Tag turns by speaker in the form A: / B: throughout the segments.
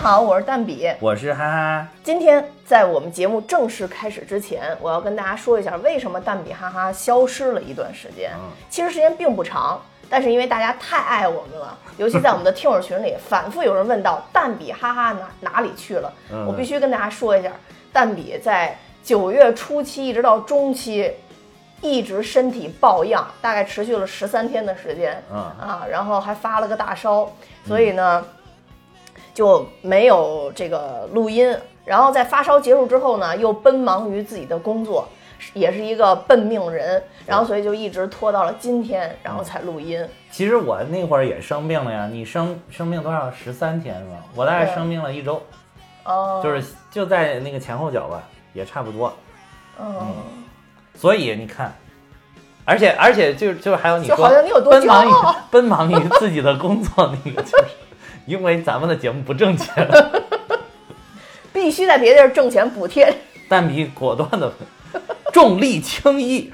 A: 好，我是蛋比。
B: 我是哈哈，
A: 今天在我们节目正式开始之前，我要跟大家说一下为什么蛋比哈哈消失了一段时间。
B: 嗯
A: 其实时间并不长，但是因为大家太爱我们 了，尤其在我们的听友群里，反复有人问到蛋比哈哈哪哪里去了。
B: 嗯
A: 我必须跟大家说一下，蛋比在九月初期一直到中期。一直身体抱恙，大概持续了十三天的时间，
B: 嗯
A: 啊，然后还发了个大烧，所以呢，就没有这个录音。然后在发烧结束之后呢，又奔忙于自己的工作，也是一个笨命人，然后所以就一直拖到了今天，然后才录音。
B: 其实我那会儿也生病了呀。你生生病多少？十三天是吧？我大概
A: 对
B: 生病了一周，
A: 哦，
B: 就是就在那个前后脚吧，也差不多。
A: 嗯，
B: 所以你看，而且而且就就还有你
A: 就
B: 说，
A: 好像你有多
B: 奔忙于
A: 骄傲
B: 奔忙于自己的工作，那个就是因为咱们的节目不挣钱，
A: 必须在别地儿挣钱补贴。
B: 但比果断的重利轻义，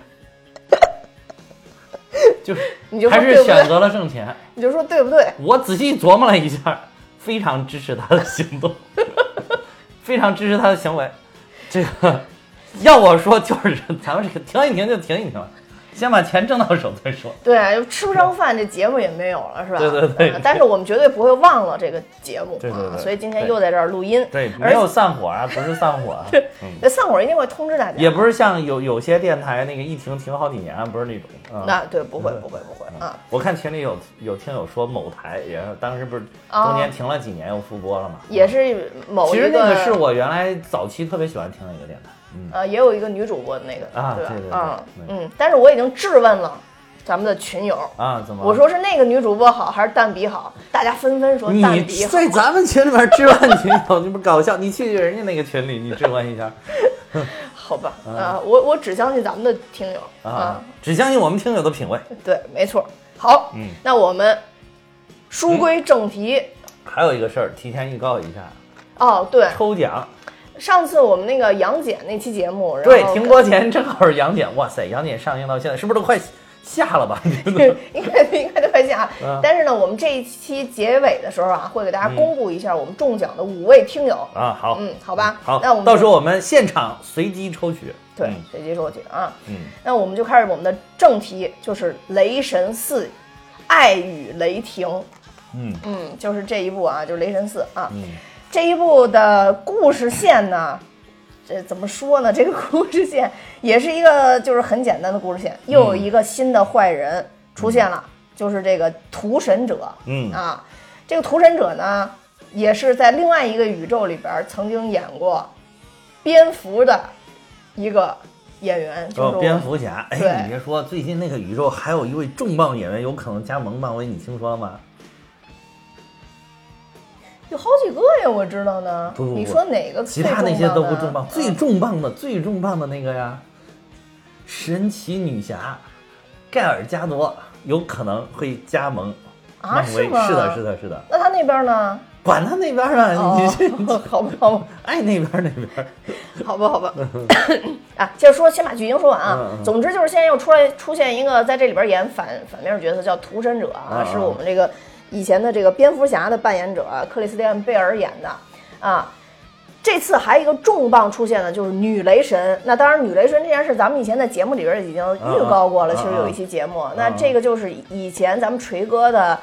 B: 就是
A: 你就说
B: 还
A: 对
B: 是
A: 不对
B: 选择了挣钱。
A: 你就说对不对？
B: 我仔细琢磨了一下，非常支持他的行动， 非常支持他的行为。这个要我说，就是咱们这个停一停就停一停，先把钱挣到手再说。
A: 对，啊吃不上饭，这节目也没有了，是吧？
B: 对对对
A: 啊但是我们绝对不会忘了这个节目，
B: 对对对
A: 啊，
B: 对
A: 所以今天又在这儿录音。
B: 对，
A: 而
B: 没有散伙啊，不是散伙啊，嗯
A: 那散伙一定会通知大家。
B: 也不是像有有些电台那个一停停好几年啊，不是那种。嗯、
A: 那对，不会不会不会啊！
B: 我看群里有有听友说某台也是，当时不是
A: 哦
B: 中间停了几年又复播了嘛？
A: 也是某
B: 其
A: 一
B: 实那个是我原来早期特别喜欢听的一个电台。嗯，
A: 呃，也有一个女主播的那个
B: 啊
A: 对吧？
B: 对对对
A: 嗯
B: 对
A: 嗯，但是我已经质问了咱们的群友，
B: 啊，怎么了？
A: 我说是那个女主播好还是蛋比好？大家纷纷说蛋
B: 你
A: 比好。
B: 在咱们群里面质问群友，你不搞笑？你去人家那个群里，你质问一下
A: 好吧，啊，我我只相信咱们的听友
B: 嗯啊，只相信我们听友的品味。
A: 对，没错。好，
B: 嗯
A: 那我们书归正题。
B: 还有一个事儿，提前预告一下，
A: 哦，对，
B: 抽奖。
A: 上次我们那个杨戬那期节目，然后
B: 对，停播前正好是杨戬，哇塞，杨戬上映到现在，是不是都快下了吧？真的
A: 应该应该都快下
B: 嗯。
A: 但是呢，我们这一期结尾的时候啊，会给大家公布一下我们中奖的五位听友。
B: 啊，好，
A: 嗯，好吧，
B: 好，
A: 那我们
B: 到时候我们现场随机抽取。
A: 对
B: 嗯
A: 随机抽取啊。
B: 嗯，
A: 那我们就开始我们的正题，就是《雷神四》，爱与雷霆。
B: 嗯
A: 嗯，就是这一部啊，就是《雷神四》啊。
B: 嗯
A: 这一部的故事线呢，这怎么说呢？这个故事线也是一个就是很简单的故事线，
B: 嗯
A: 又有一个新的坏人出现了，就是这个屠神者。
B: 嗯
A: 啊，这个屠神者呢，也是在另外一个宇宙里边儿曾经演过蝙蝠的一个演员，就是我
B: 哦，
A: 们
B: 蝙蝠侠，哎，
A: 对
B: 你别说，最近那个宇宙还有一位重磅演员有可能加盟漫威，你听说了吗？
A: 有好几个呀，我知道呢。
B: 不不不
A: 你说哪个
B: 其
A: 最
B: 他那些都不重
A: 重
B: 磅，
A: 磅呢？
B: 最重磅的、最重磅的那个呀，神奇女侠盖尔加朵有可能会加盟
A: 啊
B: 漫威。
A: 是吗
B: 是的，是的，是的，
A: 那他那边呢？
B: 管他那边儿啊，你这
A: 哦， 好吧，好吧，
B: 爱那边儿 那边儿。
A: 好吧，好吧。 啊，接着说，先把剧情说完啊。
B: 嗯嗯
A: 总之就是现在又出来出现一个在这里边演反反面角色，叫屠神者啊，
B: 嗯嗯
A: 是我们这个以前的这个蝙蝠侠的扮演者克里斯蒂安贝尔演的啊。这次还有一个重磅出现的，就是女雷神。那当然，女雷神这件事，咱们以前在节目里边已经预告过了。
B: 嗯嗯
A: 其实有一期节目，那
B: 嗯
A: 这个就是以前咱们锤哥的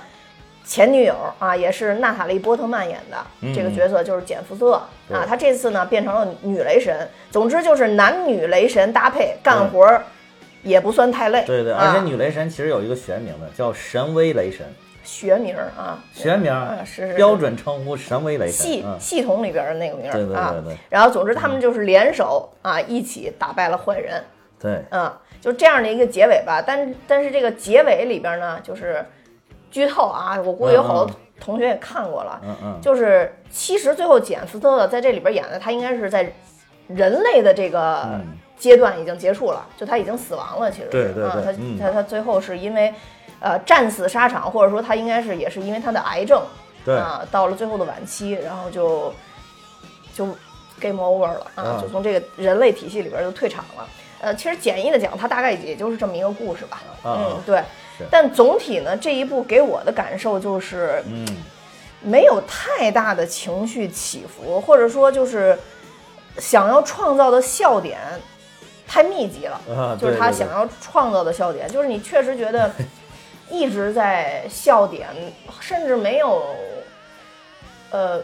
A: 前女友啊，也是娜塔莉波特曼演的、
B: 嗯
A: 这个角色，就是简福特
B: 对
A: 啊。她这次呢变成了女雷神，总之就是男女雷神搭配干活儿也不算太累。
B: 对对，
A: 啊
B: 而且女雷神其实有一个学名的，叫神威雷神，
A: 学名儿啊，
B: 学名
A: 啊是是
B: 标准称呼神威雷神
A: 系。
B: 嗯
A: 系统里边儿的那个名儿啊。
B: 对对对对嗯
A: 然后总之他们就是联手啊，一起打败了坏人。
B: 对，
A: 嗯，就这样的一个结尾吧。但但是这个结尾里边呢，就是剧透啊，我估计有好多
B: 嗯嗯
A: 同学也看过了。
B: 嗯嗯，
A: 就是其实最后简福特在这里边演的，他应该是在人类的这个
B: 嗯
A: 阶段已经结束了，就他已经死亡了。其实是
B: 对对
A: 啊
B: 对嗯
A: 他他他最后是因为呃战死沙场，或者说他应该是也是因为他的癌症
B: 对
A: 啊到了最后的晚期，然后就就 game over 了啊，
B: 啊
A: 就从这个人类体系里边就退场了。呃，其实简易的讲，它大概也就是这么一个故事吧。
B: 啊啊
A: 嗯，对
B: 是。
A: 但总体呢，这一部给我的感受就是，
B: 嗯，
A: 没有太大的情绪起伏，或者说就是想要创造的笑点太密集了，
B: 啊，
A: 就是
B: 对
A: 他
B: 对
A: 想要创造的笑点，就是你确实觉得一直在笑点，甚至没有，呃，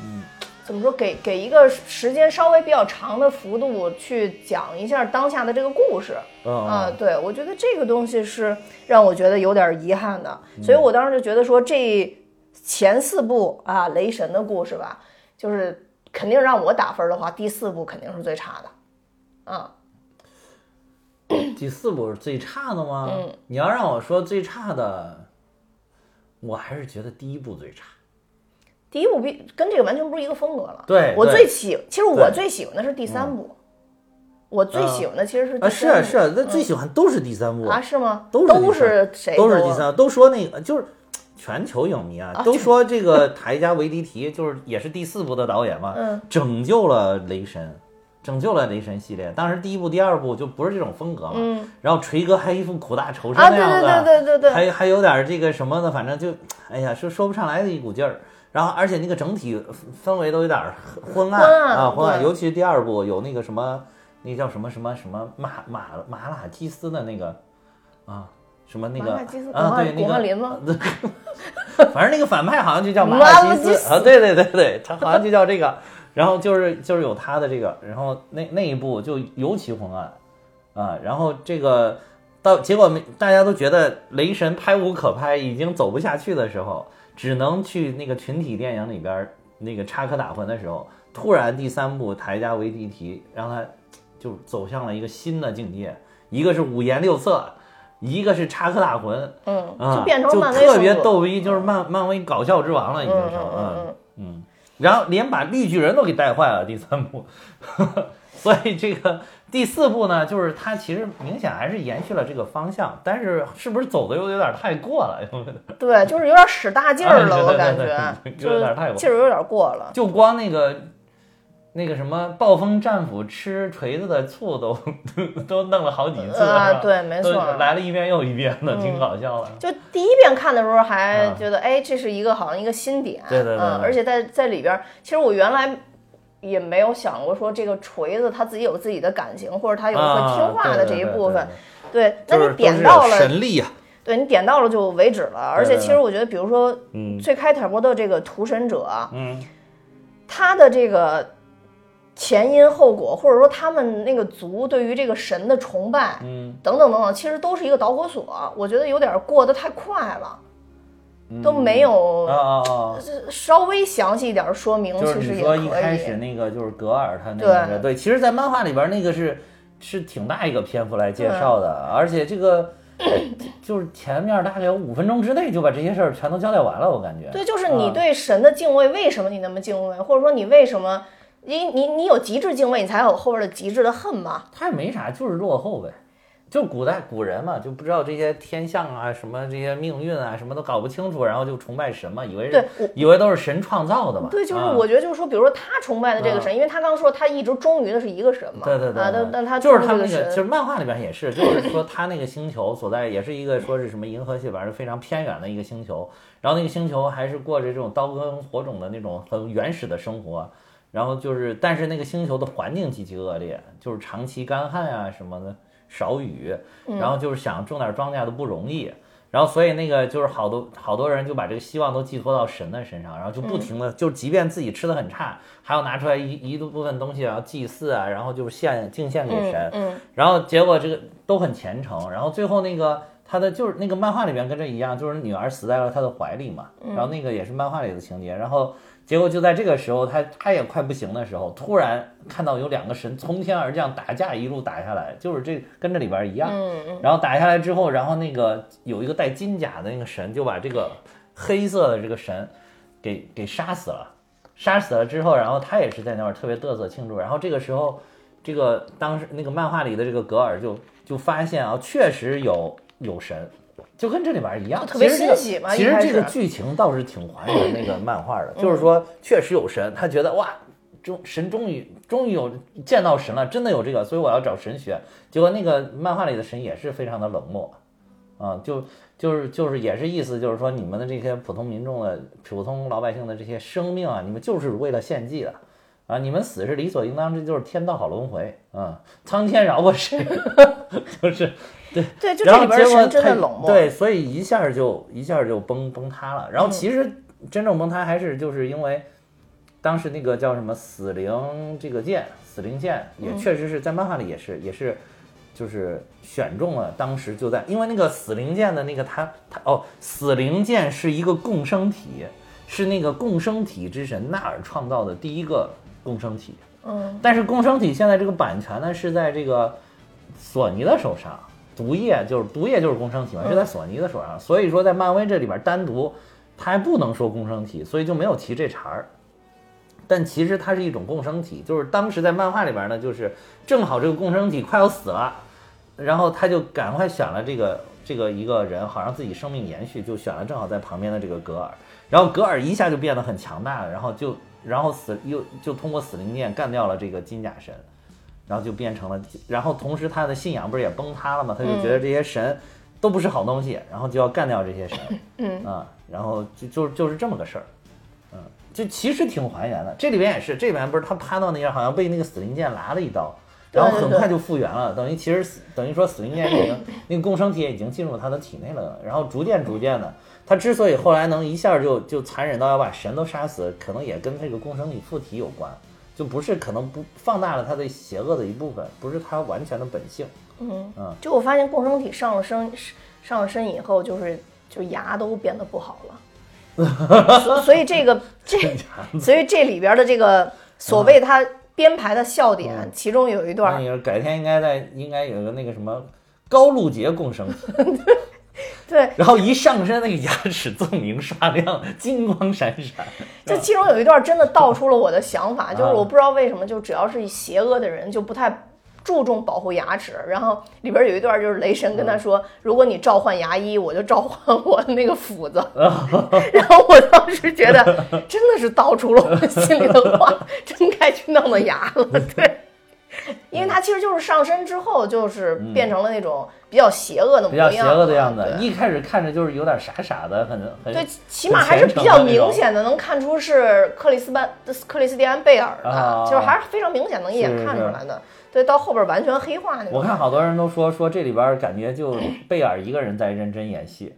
B: 嗯
A: 怎么说，给给一个时间稍微比较长的幅度去讲一下当下的这个故事，
B: 对嗯
A: 啊，
B: 嗯
A: 对，我觉得这个东西是让我觉得有点遗憾的，所以我当时就觉得说这前四部啊，雷神的故事吧，就是肯定让我打分的话，第四部肯定是最差的，啊，
B: 第四部是最差的吗？
A: 嗯
B: 你要让我说最差的，我还是觉得第一部最差。
A: 第一部比跟这个完全不是一个风格了。
B: 对
A: 我
B: 对
A: 最喜，其实我
B: 对嗯
A: 最喜欢的是第三部，我最喜欢的其实是
B: 啊，
A: 第
B: 是
A: 三
B: 啊
A: 部
B: 是啊，那最喜欢都是第三部，
A: 啊，是吗？
B: 都是
A: 都
B: 第三
A: 是谁
B: 都是
A: 多
B: 第三，都说那个就是全球影迷啊，都说这个台加维迪提就是也是第四部的导演嘛，
A: 嗯
B: 拯救了雷神，拯救了雷神系列。当时第一部、第二部就不是这种风格嘛，
A: 嗯
B: 然后锤哥还一副苦大仇深
A: 啊，
B: 那
A: 对
B: 样
A: 对
B: 的，
A: 对对对对，
B: 还还有点这个什么的，反正就哎呀，说说不上来的一股劲儿。然后，而且那个整体氛围都有点儿昏暗
A: 昏暗
B: 啊，昏暗。
A: 对
B: 尤其是第二部有那个什么，那叫什么什么什么马马马拉基斯的那个啊，什么那个
A: 马拉基斯
B: 啊，
A: 巩汉
B: 对
A: 巩汉
B: 那
A: 林吗
B: 个， 反正那个反派好像就叫马
A: 马
B: 拉
A: 拉
B: 基
A: 基
B: 斯啊，对对对对，他好像就叫这个。 然后就是就是有他的这个，然后那那一部就尤其昏暗啊，然后这个到结果没大家都觉得雷神拍无可拍，已经走不下去的时候，只能去那个群体电影里边儿那个插科打诨的时候，突然第三部台加维地提让他就走向了一个新的境界，一个是五颜六色，一个是插科打诨，
A: 嗯，
B: 啊，
A: 就变成
B: 就
A: 漫威
B: 特别
A: 风格，
B: 逗逼，就是漫漫威搞笑之王了，已
A: 嗯
B: 经
A: 嗯
B: 成，
A: 嗯嗯。
B: 嗯，然后连把绿巨人都给带坏了，第三部， 所以这个第四部呢，就是它其实明显还是延续了这个方向，但是是不是走的又有点太过了？有没有
A: 对，就是有点使大劲儿了，
B: 哎
A: 我
B: 对
A: 感
B: 对
A: 觉
B: 对对
A: 就
B: 有点太过
A: 是劲儿有点过了。
B: 就光那个那个什么暴风战斧吃锤子的醋都 都都弄了好几次，
A: 啊
B: 是吧
A: 对没错嗯
B: 都来了一遍又一遍的，挺搞笑的。
A: 就第一遍看的时候还
B: 啊
A: 觉得，哎，这是一个好像一个新点，
B: 对对对
A: 嗯，
B: 对
A: 而且在在里边儿，其实我原来也没有想过说这个锤子他自己有自己的感情，或者他有会
B: 啊
A: 听话的
B: 对
A: 这
B: 对
A: 一
B: 对
A: 部
B: 对
A: 分
B: 对。
A: 对，那
B: 就
A: 你
B: 是都
A: 点
B: 是
A: 到了，
B: 神力呀、啊
A: 对你点到了就为止了。而且
B: 对对
A: 其实我觉得，比如说
B: 嗯
A: 最开头的这个屠神者，
B: 嗯，
A: 他的这个前因后果，或者说他们那个族对于这个神的崇拜，
B: 嗯，
A: 等等等等，其实都是一个导火索。我觉得有点过得太快了，都没有
B: 啊啊啊！
A: 稍微详细一点说明，
B: 就是
A: 其实
B: 你
A: 也
B: 说
A: 可
B: 一开始
A: 以。
B: 那个就是格尔他那
A: 对
B: 个对，其实，在漫画里边那个是是挺大一个篇幅来介绍的，而且这个就是前面大概有五分钟之内就把这些事儿全都交代完了，我感觉。
A: 对，就是你对神的敬畏，为什么你那么敬畏，或者说你为什么？你你你有极致敬畏，你才有后边的极致的恨嘛。
B: 他也没啥，就是落后呗。就古代古人嘛，就不知道这些天象啊，什么这些命运啊，什么都搞不清楚，然后就崇拜神嘛，以为
A: 对
B: 是以为都是神创造的嘛。
A: 对，就是
B: 啊
A: 我觉得就是说，比如说他崇拜的这个
B: 啊
A: 神，因为他刚说他一直忠于的是一个神嘛。
B: 对对对，
A: 啊，
B: 对
A: 但但他
B: 就是
A: 忠于
B: 他
A: 这
B: 们
A: 个
B: 那个，
A: 神
B: 其实漫画里边也是，就是说他那个星球所在也是一个说是什么银河系，反正非常偏远的一个星球，然后那个星球还是过着这种刀耕火种的那种很原始的生活，然后就是但是那个星球的环境极其恶劣，就是长期干旱啊什么的，少雨，
A: 嗯
B: 然后就是想种点庄稼都不容易。然后，所以那个就是好多好多人就把这个希望都寄托到神的身上，然后就不
A: 嗯
B: 停的，就即便自己吃的很差，还要拿出来一一部分东西，然后祭祀啊，然后就是献敬献给神，
A: 嗯，
B: 然后结果这个都很虔诚，然后最后那个他的就是那个漫画里面跟这一样，就是女儿死在了他的怀里嘛，
A: 嗯
B: 然后那个也是漫画里的情节，然后结果就在这个时候，他他也快不行的时候，突然看到有两个神从天而降打架，一路打下来，就是这跟这里边一样，然后打下来之后，然后那个有一个戴金甲的那个神就把这个黑色的这个神给给杀死了。杀死了之后，然后他也是在那块儿特别嘚瑟庆祝。然后这个时候，这个当时那个漫画里的这个格尔就就发现啊，确实有有神，就跟这里边儿一样，
A: 就特别
B: 其实这个
A: 欣喜嘛
B: 其
A: 一
B: 实
A: 开
B: 这个
A: 始
B: 剧情倒是挺还原那个漫画的，就是说确实有神，他觉得哇。终神终于终于有见到神了，真的有这个，所以我要找神学。结果那个漫画里的神也是非常的冷漠，啊，就就是就是也是意思就是说，你们的这些普通民众的、普通老百姓的这些生命啊，你们就是为了献祭的啊，你们死是理所应当，这就是天道好轮回啊，苍天饶过谁？ 就是对
A: 对，就这里
B: 然后
A: 边的
B: 结果
A: 神真
B: 他
A: 的冷漠。嗯
B: 对，所以一下就一下就崩崩塌了。然后其实真正崩塌还是就是因为当时那个叫什么死灵这个剑，死灵剑也确实是在漫画里也是也是就是选中了，当时就在因为那个死灵剑的那个它它哦，死灵剑是一个共生体，是那个共生体之神纳尔创造的第一个共生体。
A: 嗯，
B: 但是共生体现在这个版权呢是在这个索尼的手上，毒液就是毒液就是共生体嘛，是在索尼的手上，所以说在漫威这里边单独他还不能说共生体，所以就没有提这茬儿。但其实它是一种共生体，就是当时在漫画里边呢，就是正好这个共生体快要死了，然后他就赶快选了这个这个一个人，好让自己生命延续，就选了正好在旁边的这个格尔，然后格尔一下就变得很强大了，然后就然后死又就通过死灵剑干掉了这个金甲神，然后就变成了，然后同时他的信仰不是也崩塌了吗？他就觉得这些神都不是好东西，然后就要干掉这些神，嗯啊，然后就就就是这么个事儿，嗯，就其实挺还原的，这里边也是，这里边不是他趴到那儿好像被那个死灵剑剌了一刀。
A: 对
B: 然后很
A: 对对
B: 快就复原了，等于其实死等于说死灵剑已 经那个共生体也已经进入他的体内了，然后逐渐逐渐的，他之所以后来能一下就就残忍到要把神都杀死，可能也跟这个共生体附体有关，就不是可能不放大了他的邪恶的一部分，不是他完全的本性。
A: 就我发现共生体上了身上了身以后，就是就牙都变得不好了，所所以这个 这所以这里边的这个所谓
B: 嗯
A: 他编排的笑点，其中有一
B: 那
A: 段
B: 你说改天应该在应该有个那个什么高露洁共生体，
A: 对，
B: 然后一上身那个牙齿锃明刷亮，金光闪闪。
A: 这其中有一段真的道出了我的想法，就是
B: 啊
A: 我不知道为什么，就只要是邪恶的人就不太。注重保护牙齿，然后里边有一段就是雷神跟
B: 嗯
A: 他说：“如果你召唤牙医，我就召唤我的那个斧 子。” 然后我当时觉得真的是道出了我心里的话， 真该去弄弄牙了。对，因为他其实就是上身之后就是变成了那种比较邪恶的
B: 嗯比
A: 模
B: 较
A: 样，啊
B: 邪恶的样子，
A: 对
B: 一开始看着就是有点傻傻的，很很
A: 对，起码还是比较明显的能看出是克里斯班克里斯蒂安贝尔的，
B: 啊
A: 就是还是非常明显能一眼
B: 是
A: 看
B: 是
A: 出来的。对，到后边完全黑化那
B: 我
A: 种。
B: 看好多人都说说这里边儿感觉就贝尔一个人在认真演戏，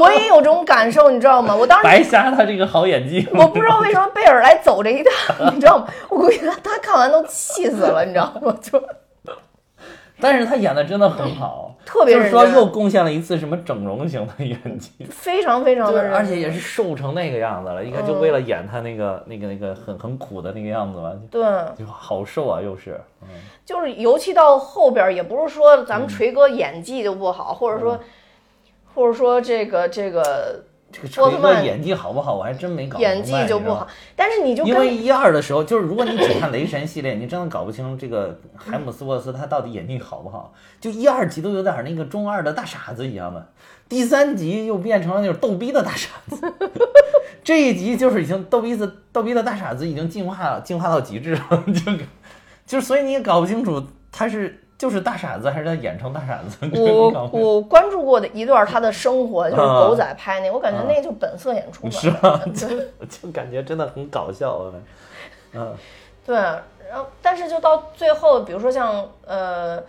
A: 我也有这种感受，你知道吗？我当时
B: 白瞎他这个好演技。
A: 我不知道为什么贝尔来走这一趟， 你知道吗？我估计他他看完都气死了，你知道吗？就
B: 但是他演的真的很好，
A: 特别
B: 就是
A: 认
B: 说
A: 真
B: 又贡献了一次什么整容型的演技，
A: 非常非常的
B: 对，
A: 认
B: 而
A: 真，嗯
B: 且也是瘦成那个样子了，应该就为了演他那个那个那个很很苦的那个样子吧，
A: 对。
B: 就好瘦啊，又是，
A: 就是尤其到后边儿，也不是说
B: 嗯
A: 咱们锤哥演技就不好，或者说，或者说这个这个
B: 这个
A: 波特
B: 锤哥
A: 曼
B: 演技好不好，我还真没搞明白
A: 演技就不。
B: 你知道
A: 好
B: 吗。
A: 但是你就
B: 因
A: 跟
B: 为一二的时候，就是如果你只看雷神系列，你真的搞不清这个海姆斯沃斯他到底演技好不好。就一二集都有点那个中二的大傻子一样的，第三集又变成了那种逗逼的大傻子。 这一集就是已经逗逼子逗逼的大傻子已经进化了，进化到极致了，就就是所以你也搞不清楚他是就是大傻子还是他演成大傻子。这你
A: 我
B: 搞不清
A: 我关注过的一段他的生活，就是
B: 啊
A: 狗仔拍那，我感觉那就本色演出嘛。
B: 是吧
A: 对
B: 就感觉真的很搞笑 啊。嗯，
A: 对，然后但是就到最后，比如说像呃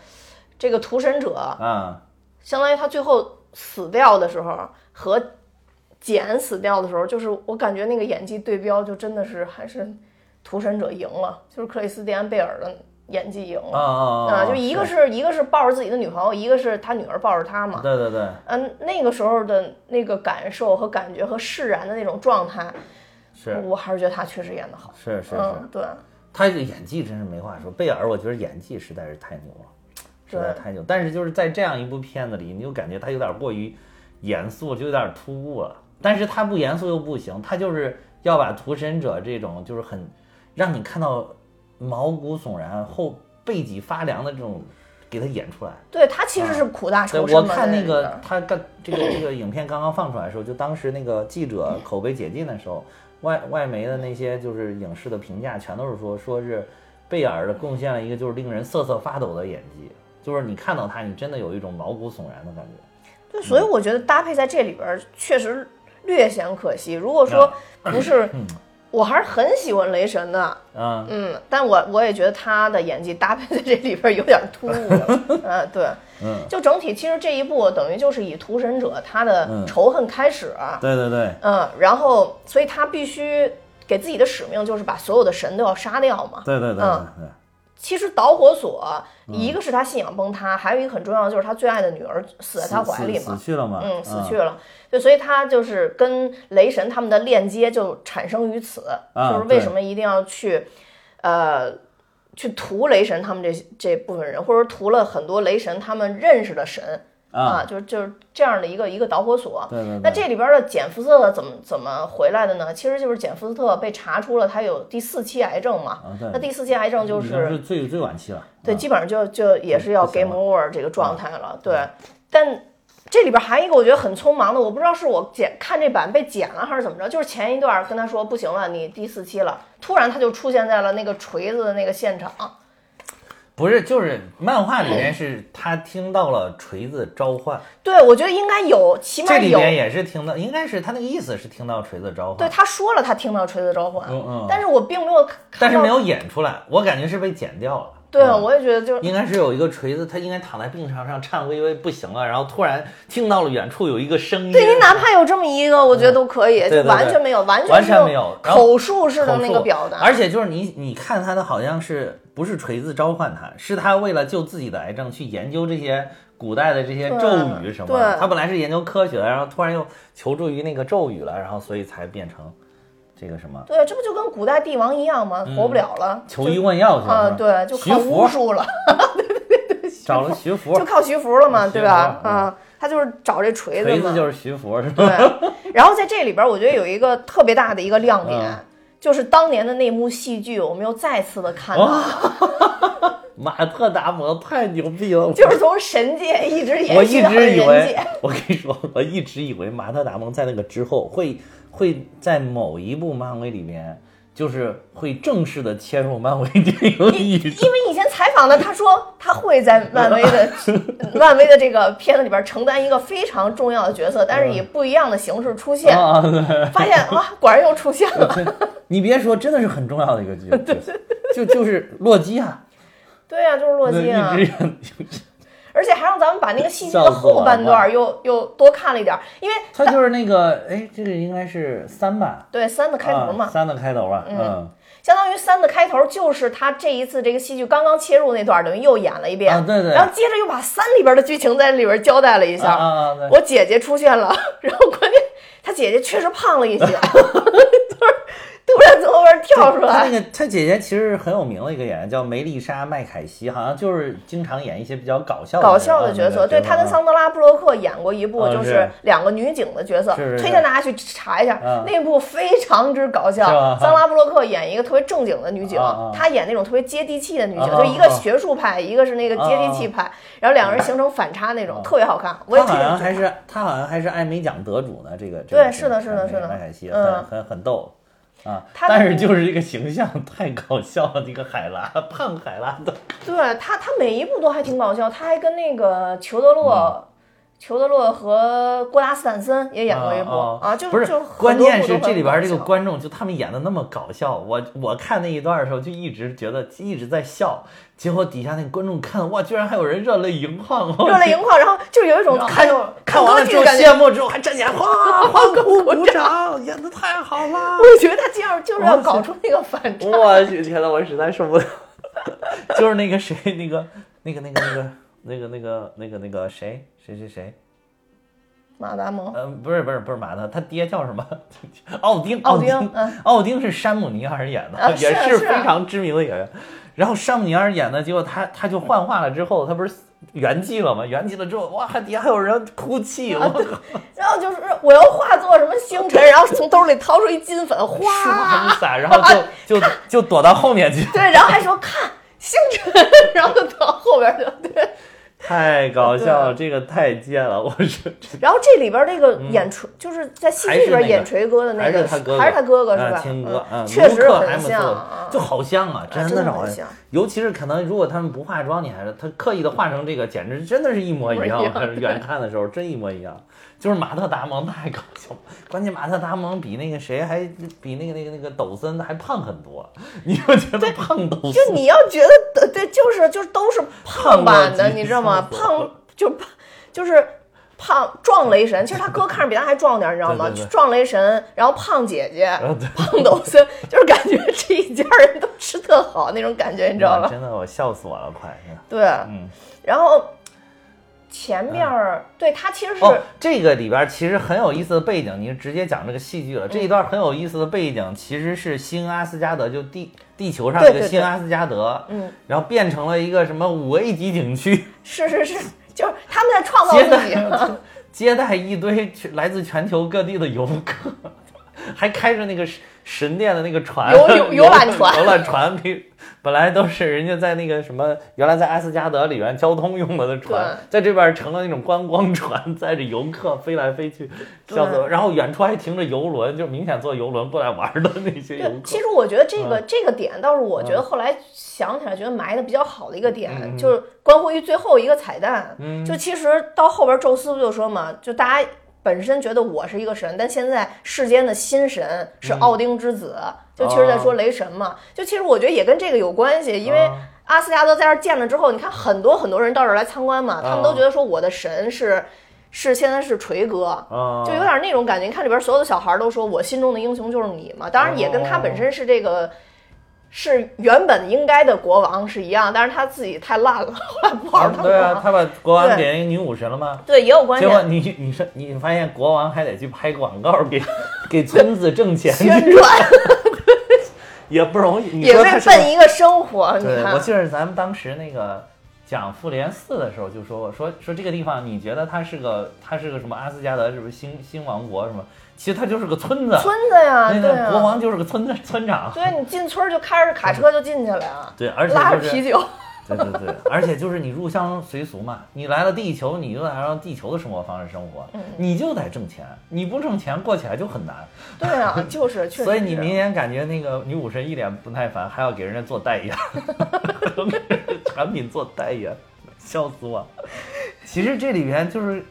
A: 这个屠神者，
B: 啊，
A: 相当于他最后死掉的时候和简死掉的时候，就是我感觉那个演技对标，就真的是还是屠神者赢了，就是克里斯蒂安贝尔的演技赢
B: 啊
A: 了。
B: 啊
A: 啊，就一个是一个是抱着自己的女朋友，一个是他女儿抱着他嘛，
B: 对对对，
A: 嗯，那个时候的那个感受和感觉和释然的那种状态，
B: 是
A: 我还是觉得他确实演得好。
B: 是是是。
A: 嗯，对，
B: 他这演技真是没话说，贝尔我觉得演技实在是太牛了，实在
A: 对
B: 太牛。但是就是在这样一部片子里，你就感觉他有点过于严肃，就有点突兀了。但是他不严肃又不行，他就是要把屠神者这种就是很让你看到毛骨悚然、后背脊发凉的这种给他演出来。
A: 对他其实是苦大
B: 啊对，
A: 仇深
B: 我
A: 嘛。
B: 看
A: 在
B: 那
A: 里
B: 个
A: 边
B: 他刚这个这个影片刚刚放出来的时候，就当时那个记者口碑解禁的时候，外外媒的那些就是影视的评价，全都是说说是贝尔的贡献了一个就是令人瑟瑟发抖的演技，就是你看到他，你真的有一种毛骨悚然的感觉。
A: 对，所以
B: 嗯
A: 我觉得搭配在这里边儿确实略显可惜。如果说
B: 啊
A: 不是，我还是很喜欢雷神的，
B: 嗯，
A: 嗯，但我我也觉得他的演技搭配在这里边儿有点突兀了， 嗯，对，
B: 嗯，
A: 就整体其实这一部等于就是以屠神者他的
B: 嗯
A: 仇恨开始，
B: 对对对，
A: 嗯，然后所以他必须给自己的使命就是把所有的神都要杀掉嘛。
B: 对对对对
A: 嗯
B: 对，
A: 其实导火索一个是他信仰崩塌，还有一个很重要的就是他最爱的女儿死在他
B: 死
A: 怀里
B: 死
A: 嘛
B: 死，去了嘛，
A: 嗯，死去了。对，所以他就是跟雷神他们的链接就产生于此，
B: 啊
A: 就是为什么一定要去，呃。去屠雷神他们这这部分人，或者屠了很多雷神他们认识的神
B: 啊，
A: 就是就是这样的一个一个导火索。
B: 对对对，
A: 那这里边的简·福斯特怎么怎么回来的呢？其实就是简·福斯特被查出了他有第四期癌症嘛。
B: 啊
A: 那
B: 对，
A: 第四期癌症就
B: 已经
A: 嗯是
B: 是最最晚期了，
A: 对，
B: 啊
A: 基本上就就也是要
B: 不行了
A: game over 这个状态了。对，但这里边还有一个我觉得很匆忙的，我不知道是我剪看这版被剪了还是怎么着，就是前一段跟他说不行了，你第四期了，突然他就出现在了那个锤子的那个现场。
B: 不是就是漫画里面是他听到了锤子召唤，
A: 对，我觉得应该有，起码
B: 这里
A: 有。
B: 面也是听到，应该是他那个意思是听到锤子召
A: 对，
B: 唤，
A: 他说了他听到锤子召唤，
B: 嗯嗯
A: 但是我并没有看到。
B: 但是没有演出来，我感觉是被剪掉了。
A: 对，
B: 嗯
A: 我也觉得就是
B: 应该是有一个锤子，他应该躺在病床上颤巍巍不行啊了，然后突然听到了远处有一个声音，
A: 对你哪怕有这么一个，我觉得都可以，
B: 对嗯对
A: 就完
B: 对
A: 全没有，完
B: 完
A: 全
B: 全
A: 是
B: 没有
A: 用
B: 然后
A: 口述式的
B: 口
A: 那
B: 述
A: 个表达，
B: 而且就是你你看他的好像是不是锤子召唤他，是他为了救自己的癌症去研究这些古代的这些
A: 对
B: 咒语什么的，
A: 对
B: 他本来是研究科学的，然后突然又求助于那个咒语了，然后所以才变成这个什么
A: 对，这不就跟古代帝王一样吗？活不了了，
B: 嗯求医问药去了，
A: 啊，
B: 是吧
A: 对，就
B: 徐
A: 靠巫
B: 福
A: 术了，
B: 找了徐福
A: 就，靠徐福了嘛，
B: 嗯徐
A: 对吧？
B: 福
A: 啊，他就是找这锤
B: 锤
A: 嘛
B: 子，就是徐福是吧？
A: 对。然后在这里边，我觉得有一个特别大的一个亮点
B: 嗯，
A: 就是当年的那幕戏剧，我们又再次的
B: 哦
A: 看到，
B: 马特达蒙太牛逼了，
A: 就是从神界一直
B: 我
A: 延
B: 一
A: 续到了
B: 直以
A: 人
B: 为
A: 界。，
B: 我跟你说，我一直以为马特·达蒙在那个之后会会在某一部漫威里面，就是会正式的切入漫威电影宇宙
A: 因。为以前采访的，他说他会在漫威的 漫威的这个片子里边承担一个非常重要的角色，但是以不一样的形式出现。
B: 啊，对
A: 发 现哇，果然又出现了。
B: 你别说，真的是很重要的一个角色，就就是洛基啊，
A: 对呀、就是洛基啊
B: 一，直
A: 而且还让咱们把那个戏剧
B: 笑
A: 的
B: 死我
A: 后半段又又多看了一点儿，因为
B: 他就是那个，哎，这个应该是三吧，
A: 对三的开头嘛，
B: 啊三的开头吧，嗯，
A: 相当于三的开头就是他这一次这个戏剧刚刚切入那段儿，等于又演了一遍，
B: 啊对对
A: 然后接着又把三里边的剧情在里边交代了一
B: 啊
A: 下。
B: 啊啊，对，
A: 我姐姐出现了， 然后关键她姐姐确实胖了一些， 就是突然从后边跳出
B: 他
A: 来。
B: 那个他姐姐其实是很有名的一个演员，叫梅丽莎·麦凯西，好像就是经常演一些比较搞笑的啊
A: 搞笑的角
B: 角
A: 色，对她跟桑德拉·布洛克演过一部，
B: 嗯
A: 就是
B: 是
A: 两个女警的角色，
B: 是是是
A: 推荐大家去查一下，
B: 嗯
A: 那部非常之搞笑
B: 是吧。嗯
A: 桑德拉·布洛克演一个特别正经的女警
B: 啊啊，
A: 她演那种特别接地气的女警，
B: 啊啊
A: 就一个学术派，一个是那个接地气派，然后两个人形成反差那种，特别好看。我也
B: 他
A: 推
B: 嗯
A: 荐
B: 好像
A: 去
B: 还
A: 看。
B: 是他好像还是艾美奖得主呢，这个这
A: 对
B: 个
A: 是的是的
B: 艾美
A: 是的
B: 麦凯西
A: 嗯
B: 很很很逗啊，
A: 他
B: 但
A: 那
B: 是
A: 个
B: 就是这个形象太搞笑了，这个海拉胖海拉的，
A: 对他，他每一部都还挺搞笑，他还跟那个裘德洛、
B: 嗯
A: 裘德洛和郭达斯坦森也演过一部
B: 啊
A: 啊，就
B: 不是
A: 就很多
B: 关键是
A: 部都很
B: 这里边这个
A: 搞笑
B: 观众就他们演的那么搞笑，我我看那一段的时候就一直觉得一直在笑，结果底下那观众看哇，居然还有人热泪盈眶，我
A: 热泪盈眶，然后就有一种
B: 然后
A: 看
B: 啊看完
A: 歌
B: 了
A: 剧
B: 之
A: 的
B: 后
A: 感觉。
B: 谢幕之后还站起来，哗欢呼鼓掌，演的太好 了。
A: 我觉得他这样就是要搞出那个反差。
B: 我去，天呐，我实在受不了。 就是那个谁，那个那个那个那个那个那个那个那个谁谁谁谁，
A: 马达蒙，
B: 呃，不是不是不是马特，他爹叫什么？奥丁，
A: 奥
B: 丁
A: 丁嗯，
B: 奥丁是山姆尼尔演的，
A: 啊是
B: 也
A: 啊是啊
B: 非常知名的演员。然后山姆尼尔演的，结果他他就幻化了之后，他不是圆寂了吗？圆寂了之后，哇，底下还有人哭泣，
A: 啊
B: 我靠！
A: 然后就是我要化作什么星辰，然后从兜里掏出一金粉，
B: 唰
A: 哗，
B: 一撒，然后 就就就躲到后面去。
A: 对，然后还说看星辰，然后就到后边就对，
B: 太搞笑
A: 对
B: 了，
A: 啊
B: 这个太贱了，我是
A: 然后这里边那个演锤，就是在戏剧里
B: 嗯还是那
A: 边
B: 个
A: 演锤哥的那
B: 还
A: 个，
B: 是他哥哥，
A: 还是他哥哥是
B: 啊
A: 吧？
B: 亲哥，
A: 嗯
B: 嗯，
A: 确实
B: 卢克
A: 很
B: M
A: 像
B: 做
A: 啊，
B: 就好像啊，
A: 真
B: 的
A: 的
B: 是
A: 很
B: 好
A: 像。
B: 尤其是可能如果他们不化妆，你还是他刻意的化成这个，简直真的是一模一样
A: 一模一样。
B: 还是远看的时候真一模一样，就是马特·达蒙太搞笑了，关键马特·达蒙比那个谁还比那个那个那个抖森还胖很多，你就觉得胖抖森
A: 就你要觉得呃对，就是就是都是胖版的，
B: 胖到极致
A: 你知道吗？
B: 笑死我
A: 胖就胖就是胖壮雷神，其实他哥看着比他还壮点儿，你知道吗？
B: 对对对
A: 壮雷神，然后胖姐 姐，
B: 啊对
A: 胖抖森，就是感觉这一家人都吃特好那种感觉，你知道
B: 哇
A: 吧？
B: 哎真的，我笑死我了，快！真的
A: 对，
B: 啊嗯，
A: 然后前面儿对他其实是
B: 哦，这个里边其实很有意思的背景，你是直接讲这个戏
A: 嗯
B: 剧了。这一段很有意思的背景其实是新阿斯加德，就地地球上
A: 对
B: 这个
A: 对
B: 新
A: 对
B: 阿斯加德，
A: 嗯，
B: 然后变成了一个什么五 A 级景区，
A: 是是是，就是他们在创造
B: 接
A: 自己。啊
B: 待接待一堆全来自全球各地的游客，还开着那个神神殿的那个船，
A: 游游游览船
B: 游览船比本来都是人家在那个什么，原来在阿斯加德里面交通用的的船，在这边成了那种观光船，载着游客飞来飞去，笑死我！然后远处还停着游轮，就明显坐游轮过来玩的那些游
A: 对，
B: 客
A: 其。实我觉得这
B: 嗯
A: 个、这个点倒是我觉得后来想起来觉得埋的比较好的一个点，
B: 嗯嗯嗯
A: 就是关乎于最后一个彩蛋。
B: 嗯
A: 就其实到后边宙斯不就说嘛，就大家本身觉得我是一个神，但现在世间的新神
B: 嗯
A: 是奥丁之子，就其实在
B: 哦
A: 说雷神嘛。就其实我觉得也跟这个有关系，因为
B: 啊
A: 阿斯加德在这儿建了之后，你看很多很多人到这儿来参观嘛，他们
B: 哦
A: 都觉得说我的神是是现在是锤哥，
B: 啊，
A: 就有点那种感觉。你看里边所有的小孩都说我心中的英雄就是你嘛，当然也跟他
B: 哦
A: 本身是这个。是原本应该的国王是一样，但是他自己太烂了， 后来不好好当国
B: 对啊，
A: 王。
B: 他把国王
A: 对
B: 给人女武神了吗？
A: 对，也有关
B: 结
A: 系。
B: 果你你说你发现国王还得去拍广告给给村子挣钱，
A: 宣传
B: 也不容易。你
A: 也
B: 说
A: 是
B: 他是
A: 奔一个生活，你
B: 对，我
A: 看
B: 记得咱们当时那个讲复联四的时候就说过，说说这个地方你觉得它是个它是个什么阿斯加德是不是新新王国什么？其实它就是个村子，
A: 村子呀，
B: 那
A: 对
B: 个国
A: 呀，
B: 王就是个村子村长。
A: 对你进村儿就开着卡车就进去了呀，
B: 对，而且
A: 拉着
B: 就是
A: 啤酒，
B: 对对对，而且就是你入乡随俗嘛，你来了地球，你就得按照地球的生活方式生活，
A: 嗯
B: 你就得挣钱，你不挣钱过起来就很难。
A: 对啊，就是确实。
B: 所以你明显感觉那个女武神一脸不耐烦，还要给人家做代言， 都给人家产品做代言，笑死我！其实这里边就是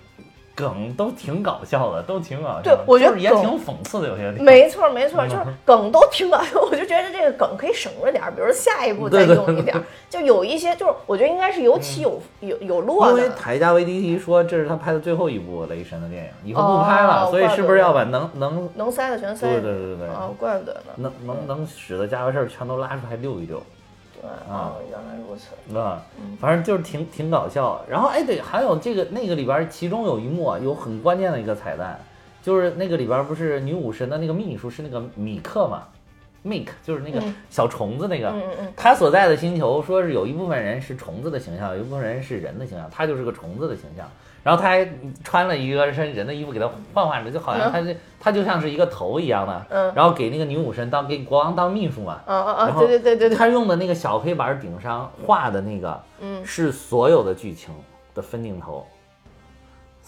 B: 梗都挺搞笑的，都挺搞笑的，
A: 对我觉得
B: 就是也
A: 梗
B: 挺讽刺的，有些地方。
A: 没错没错，
B: 嗯
A: 就是梗都挺搞笑， 我就觉得这个梗可以省着点儿，比如下一步再
B: 对对
A: 用一点儿。就有一些，就是我觉得应该是有起有有有落
B: 因为
A: 的。
B: 台加维迪提说这是他拍的最后一部雷神的电影，以后
A: 哦
B: 不拍了，所以
A: 怪不
B: 是不是
A: 得
B: 要把能能
A: 能塞的全塞，
B: 对对对对，
A: 啊，怪不得呢。
B: 能能能使的加完事儿全都拉出来溜一溜。
A: 对啊，原来如此。
B: 啊，反正就是挺挺搞笑。然后哎，对，还有这个那个里边儿，其中有一幕啊有很关键的一个彩蛋，就是那个里边儿不是女武神的那个秘书是那个米克嘛，Mik 就是那个小虫子那个，
A: 嗯嗯嗯嗯
B: 他所在的星球说是有一部分人是虫子的形象，有一部分人是人的形象，他就是个虫子的形象。然后他还穿了一个身人的衣服给他换换着，就好像他是、他就像是一个头一样的，
A: 嗯
B: 然后给那个女武神当给国王当秘书嘛，
A: 啊啊
B: 然
A: 啊！
B: 后
A: 对对对对 对，
B: 他用的那个小黑板顶上画的那个，
A: 嗯
B: 是所有的剧情的分镜头，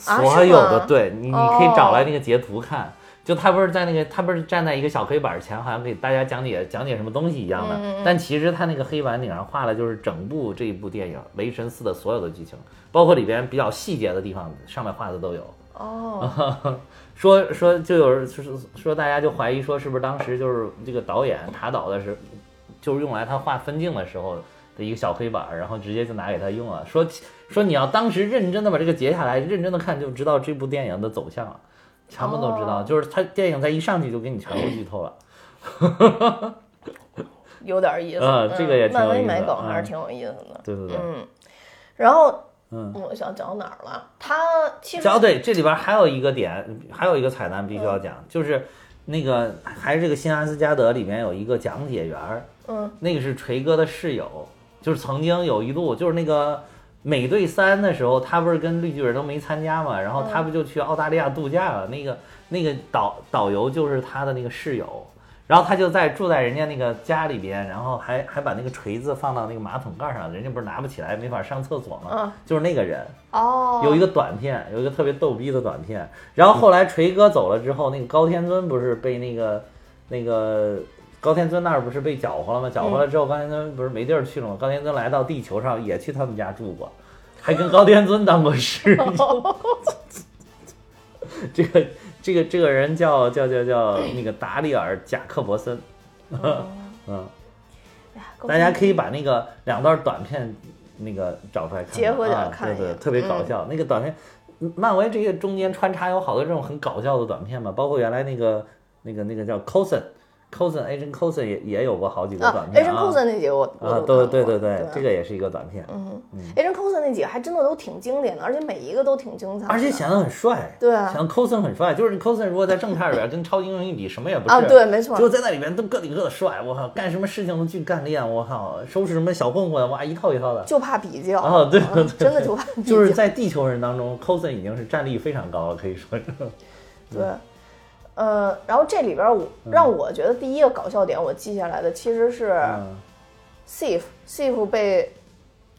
A: 啊
B: 所有
A: 是
B: 的
A: 吗，
B: 对你你
A: 哦
B: 可以找来那个截图看。就他不是在那个，他不是站在一个小黑板前，好像给大家讲解讲解什么东西一样
A: 嗯
B: 的。但其实他那个黑板顶上画的就是整部这一部电影《雷神四》的所有的剧情，包括里边比较细节的地方，上面画的都有。
A: 哦，
B: 说说就有人说说大家就怀疑说是不是当时就是这个导演塔导的时候，就是用来他画分镜的时候的一个小黑板儿，然后直接就拿给他用了。说说你要当时认真的把这个截下来，认真的看就知道这部电影的走向了，全部都知道。就是他电影在一上去就给你全部剧透了。
A: 有点意思。
B: 嗯这个也挺有
A: 漫威
B: 意思
A: 买
B: 的
A: 梗还是
B: 嗯
A: 挺有意思的。
B: 对对对，
A: 嗯，然后
B: 嗯。
A: 我想讲哪儿了？他其实
B: 哦，对，这里边还有一个点，还有一个彩蛋必
A: 嗯
B: 须要讲，就是那个还是这个新阿斯加德里面有一个讲解员儿，
A: 嗯
B: 那个是锤哥的室友，就是曾经有一度就是那个美队三的时候，他不是跟绿巨人都没参加嘛，然后
A: 嗯
B: 他不就去澳大利亚度假了？那个那个导导游就是他的那个室友。然后他就在住在人家那个家里边，然后还还把那个锤子放到那个马桶盖上，人家不是拿不起来，没法上厕所吗？
A: 嗯
B: 就是那个人
A: 哦，
B: 有一 个短片，有一个特别逗逼的短片。然后后来锤哥走了之后，那个高天尊不是被那个那个高天尊那儿不是被搅和了吗？搅和了之后，高天尊不是没地儿去了吗？高天尊来到地球上，也去他们家住过，还跟高天尊当 过 室友。这个这个这个人叫叫叫叫那个达里尔·贾克伯森，嗯，
A: 哎呀够
B: 大家
A: 呛
B: 可以把那个两段短片那个找出来看看，
A: 结合着
B: 啊
A: 看一
B: 对对，
A: 眼
B: 特别搞笑。那个短片，嗯漫威这个中间穿插有好多这种很搞笑的短片嘛，包括原来那个那个那个叫 Coulson。Coulson Agent Coulson 也也有过好几个
A: 啊
B: 短片
A: ，Agent
B: 啊
A: Coulson 那几个我我嗯
B: 啊，
A: 都
B: 对
A: 看
B: 对
A: 过
B: 对对
A: 啊，
B: 这个也是一个短片，
A: Agent Coulson 那几个还真的都挺经典的，而且每一个都挺精彩的，
B: 而且显得很帅，
A: 对啊
B: 显得 Coulson 很帅，就是 Coulson 如果在正片里边跟超级英雄一比，什么也不是，
A: 啊，对，没错
B: 就，在那里面都个顶个的帅，我靠，干什么事情都巨干练，我靠，收拾什么小混混，哇，一套一套的。
A: 就怕比较嗯
B: 啊，对对对，
A: 真的就怕比较，
B: 就是在地球人当中，Coulson 已经是战力非常高了，可 以说是。
A: 对，呃，然后这里边儿我让我觉得第一个搞笑点我记下来的其实是
B: 嗯
A: Sif Sif 被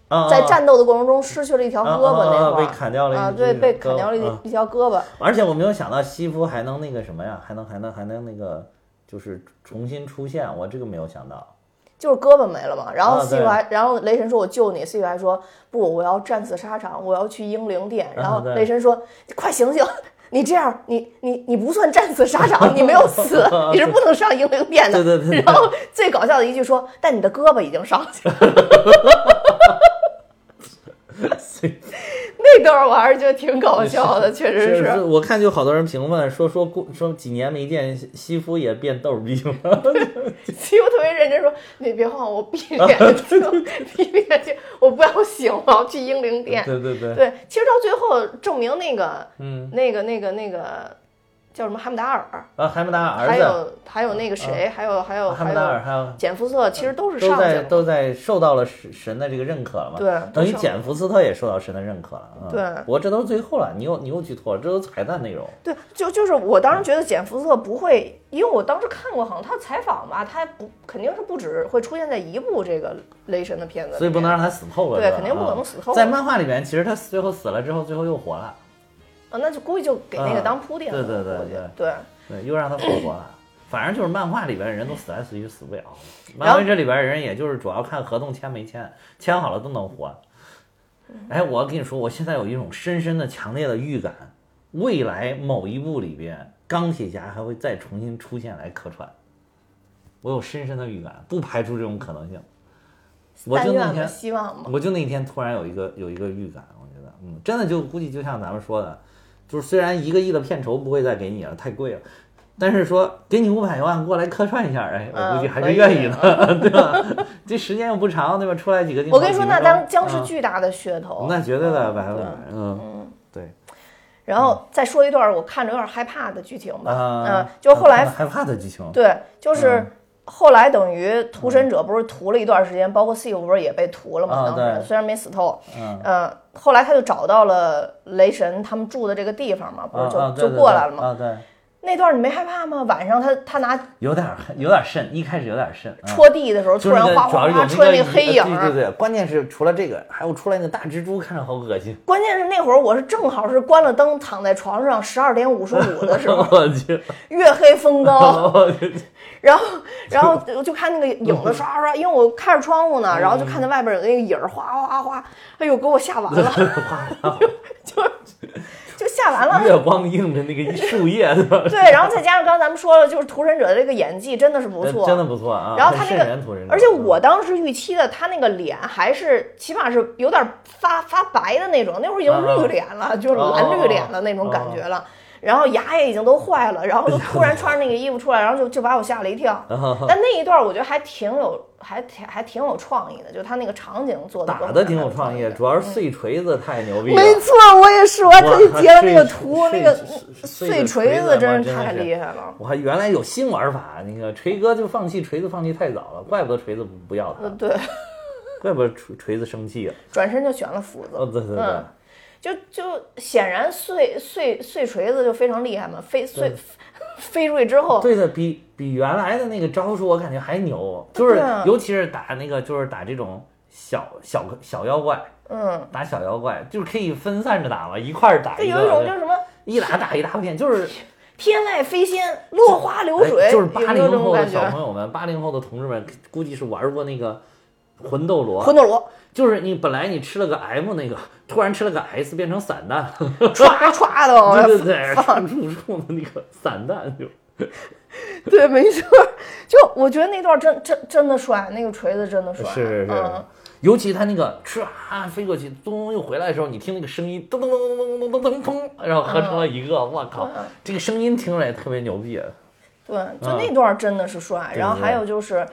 B: 啊，
A: 在
B: 啊，
A: 战斗的过程中失去了一条胳膊
B: 啊啊啊
A: 那会儿
B: 被砍掉了一
A: 啊，
B: 只
A: 对，被
B: 胳
A: 砍掉了
B: 膊啊
A: 一一条胳膊，
B: 而且我没有想到西夫还能那个什么呀，还能还能还能那个，就是重新出现，我这个没有想到。
A: 就是胳膊没了嘛。然后
B: 啊对
A: Sif 还，然后雷神说：“我救你。”Sif 还说：“不，我要战死沙场，我要去英灵殿。”然后
B: 啊对
A: 雷神说：“你快醒 醒！”你这样，你你你不算战死沙场，你没有 死，你是不能上英灵殿的。
B: 对对对对
A: 然后最搞笑的一句说：“但你的胳膊已经上去了。” 那段儿我还是觉得挺搞笑的，确实
B: 是
A: 是。
B: 我看就好多人评论说说过说几年没见西西夫也变逗逼了，
A: 所以我特别认真说：“你别晃我，闭着
B: 啊
A: 眼睛，闭着眼睛，我不要醒，我要去英灵殿。
B: 对对对，
A: 对，其实到最后证明那个、
B: 嗯
A: 那个、那个、那个叫什么哈姆达尔，
B: 啊，海姆达尔
A: 还
B: 儿子，啊
A: 有还有那个谁，还有还有
B: 海
A: 还
B: 姆达尔
A: 有
B: 还有
A: 简福瑟，其实都是
B: 都
A: 上去
B: 在
A: 了。
B: 都在受到了神神的这个认可了嘛？
A: 对
B: 等于
A: 都受
B: 简福斯特也受到神的认可了。嗯、
A: 对
B: 不过这都是最后了，你又你又剧透了，这都是彩蛋内容。
A: 对，就就是我当时觉得简福瑟不会，因为我当时看过，好像他采访吧，他不肯定是不止会出现在一部这个雷神的片子里面，
B: 所以不能让他死透了，
A: 对
B: 是吧
A: 肯定不能死透了
B: 啊在漫画里面，其实他最后死了之后，最后又活了，
A: 啊，那就估计就给那个
B: 嗯
A: 当铺垫了。
B: 对对对
A: 我觉得
B: 对，又让他复活了。反正就是漫画里边人都死来死去死不了，
A: 然后
B: 漫威这里边人也就是主要看合同签没签，签好了都能活。
A: 嗯
B: 哎，我跟你说，我现在有一种深深的、强烈的预感，未来某一部里边，钢铁侠还会再重新出现来客串。我有深深的预感，不排除这种可能性。
A: 对，
B: 我就
A: 但
B: 那
A: 愿
B: 天
A: 吧，希望吧。
B: 我就那天突然有一个有一个预感，我觉得，嗯，真的就估计就像咱们说的，就是虽然一个亿的片酬不会再给你了，太贵了，但是说给你五百万过来客串一下，哎，
A: 嗯
B: 我估计还是愿意的， 对吧？这时间又不长，对吧？出来 几个镜头，
A: 我跟你说，
B: 几分
A: 那
B: 钟
A: 当将是
B: 嗯
A: 巨大的噱头。
B: 那绝对的，
A: 嗯
B: 百分之百，嗯，对
A: 然后再说一段我看着有点害怕的剧情吧。
B: 啊
A: 嗯，就后来
B: 害怕的剧情，
A: 对，就是后来等于屠神者不是屠了一段时间，包括 Steve 不是也被屠了
B: 啊
A: 嘛？当
B: 对
A: 时虽然没死透，
B: 嗯
A: 呃，后来他就找到了雷神他们住的这个地方嘛，不
B: 啊
A: 是
B: 啊，
A: 就
B: 对
A: 就
B: 对
A: 过
B: 对
A: 来了嘛。
B: 啊，对，
A: 那段你没害怕吗？晚上他他拿
B: 有点有点瘆，一开始有点瘆，嗯
A: 戳地的时候，
B: 就
A: 突
B: 是
A: 然
B: 那个
A: 哗
B: 主要
A: 哗
B: 是有
A: 哗
B: 那
A: 出来那
B: 个
A: 个黑影儿，
B: 对对对，关键是除了这个，还有出来那大蜘蛛，看着好恶 心。
A: 关键是那会儿我是正好是关了灯，躺在床上，十二点五十五的时候，
B: 我去，
A: 月黑风高，
B: 我 去，
A: 然后然后就就看那个影子刷刷刷，因为我开着窗户呢，然后就看见外边有那个影儿哗哗哗哗，哎呦，给我吓完了，就是就吓完了。
B: 月光映着那个树叶，对吧？
A: 对，然后再加上刚才咱们说了，就是屠神者的这个演技真的是不错，
B: 真的不错啊。
A: 然后他
B: 很
A: 那
B: 瘆人图
A: 个
B: 人，者
A: 而且我当时预期的他那个脸还是起码是有点发发白的那种，那会儿已
B: 啊啊哦
A: 经绿脸了，就是蓝绿脸的那种感觉了。然后牙也已经都坏了，然后
B: 哎
A: 就突然穿着那个衣服出来，然后就就把我吓了一跳。
B: 啊
A: 但那一段我觉得还挺有，还挺还挺有创意的，就他那个场景做的
B: 打的挺有创意，主要是碎锤子太牛逼
A: 嗯
B: 了。
A: 没错，我也是，我还特意
B: 哇
A: 截了那个
B: 碎
A: 图，
B: 碎
A: 那个
B: 碎
A: 碎
B: 锤
A: 锤
B: 子
A: 子
B: 嘛
A: 真
B: 真
A: 是
B: 的
A: 太
B: 是
A: 厉害了。
B: 我还原来有新玩法，那个锤哥就放弃锤子，放弃太早了，怪不得锤子不不要
A: 呃
B: 他，
A: 对，
B: 怪不得锤锤子生气了。
A: 转身就选了斧子。
B: 哦，对对对
A: 嗯，就就显然碎碎碎锤子就非常厉害嘛，非碎 飞出去之后，
B: 对的，比比原来的那个招数我感觉还牛，就是
A: 对哦啊
B: 尤其是打那个就是打这种小小小妖怪，
A: 嗯，
B: 打小妖怪就是可以分散着打嘛，一块儿打
A: 这
B: 一
A: 有一种
B: 个，
A: 就是什么
B: 一打打一大片，就是
A: 天外飞仙、落花流水，
B: 哎就是
A: 有
B: 八
A: 没有
B: 零
A: 这种
B: 后的
A: 感
B: 小
A: 觉？
B: 朋友们，八零后的同志们估计是玩过那个魂斗罗，
A: 魂斗罗，
B: 就是你本来你吃了个 M 那个，突然吃了个 S 变成散弹，
A: 歘歘的往外
B: 对对对，
A: 哦放
B: 入入的那个散弹就，
A: 对，没错，就我觉得那段真真真的帅，那个锤子真的帅，
B: 是是是，
A: 嗯，
B: 尤其他那个唰、飞过去，咚又回来的时候，你听那个声音咚咚咚咚咚咚咚咚咚，然后合成了一个，我靠，这个声音听着也特别牛逼。
A: 对，就那段真的是帅。
B: 嗯对
A: 然后还
B: 对
A: 有就是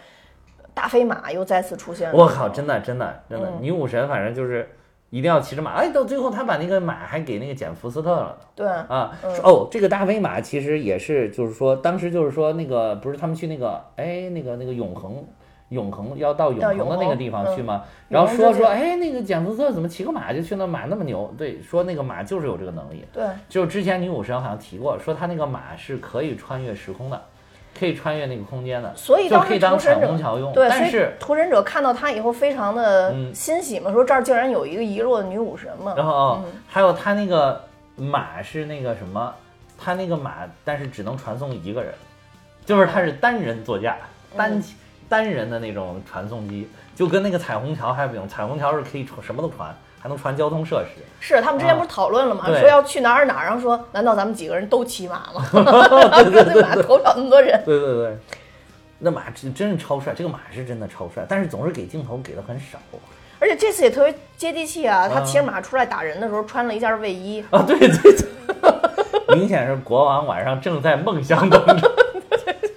A: 大飞马又再次出现了，
B: 我靠，真的真的真的，女武神反正就是一定要骑着马，哎，到最后他把那个马还给那个简福斯特了。
A: 对，
B: 啊，
A: 嗯
B: 说哦，这个大飞马其实也是，就是说当时就是说那个不是他们去那个哎那个那个永恒。永恒要到永
A: 到
B: 恒
A: 永
B: 的那个
A: 恒
B: 地方
A: 嗯
B: 去吗？
A: 永
B: 然后
A: 恒
B: 说
A: 之
B: 说，哎，那个简福斯特怎么骑个马就去那马那么牛？对，说那个马就是有这个能力。
A: 对，
B: 就之前女武神好像提过，说她那个马是可以穿越时空的，可以穿越那个空间的，
A: 所以
B: 就
A: 当
B: 可
A: 时
B: 以当
A: 屠
B: 抢
A: 神
B: 功
A: 者
B: 桥用。
A: 对，所
B: 但
A: 以
B: 是
A: 屠神者看到他以后非常的
B: 嗯
A: 欣喜嘛，说这儿竟然有一个遗落的女武神嘛，
B: 然后哦还有他那个马是那个什么，他那个马，但是只能传送一个人，就是他是单人座驾，单骑单人的那种传送机，就跟那个彩虹桥还不一样，彩虹桥是可以传什么都传，还能传交通设施。
A: 是他们之前不是讨论了吗？
B: 啊对
A: 说要去哪儿哪儿，然后说难道咱们几个人都骑马吗？ 说这 马投不了那么多人，
B: 对对对，那马真真是超帅，这个马是真的超帅，但是总是给镜头给的很少
A: 而且这次也特别接地气啊，他
B: 啊
A: 骑着马出来打人的时候穿了一件卫衣，
B: 啊。对对对，明显是国王晚上正在梦乡当中。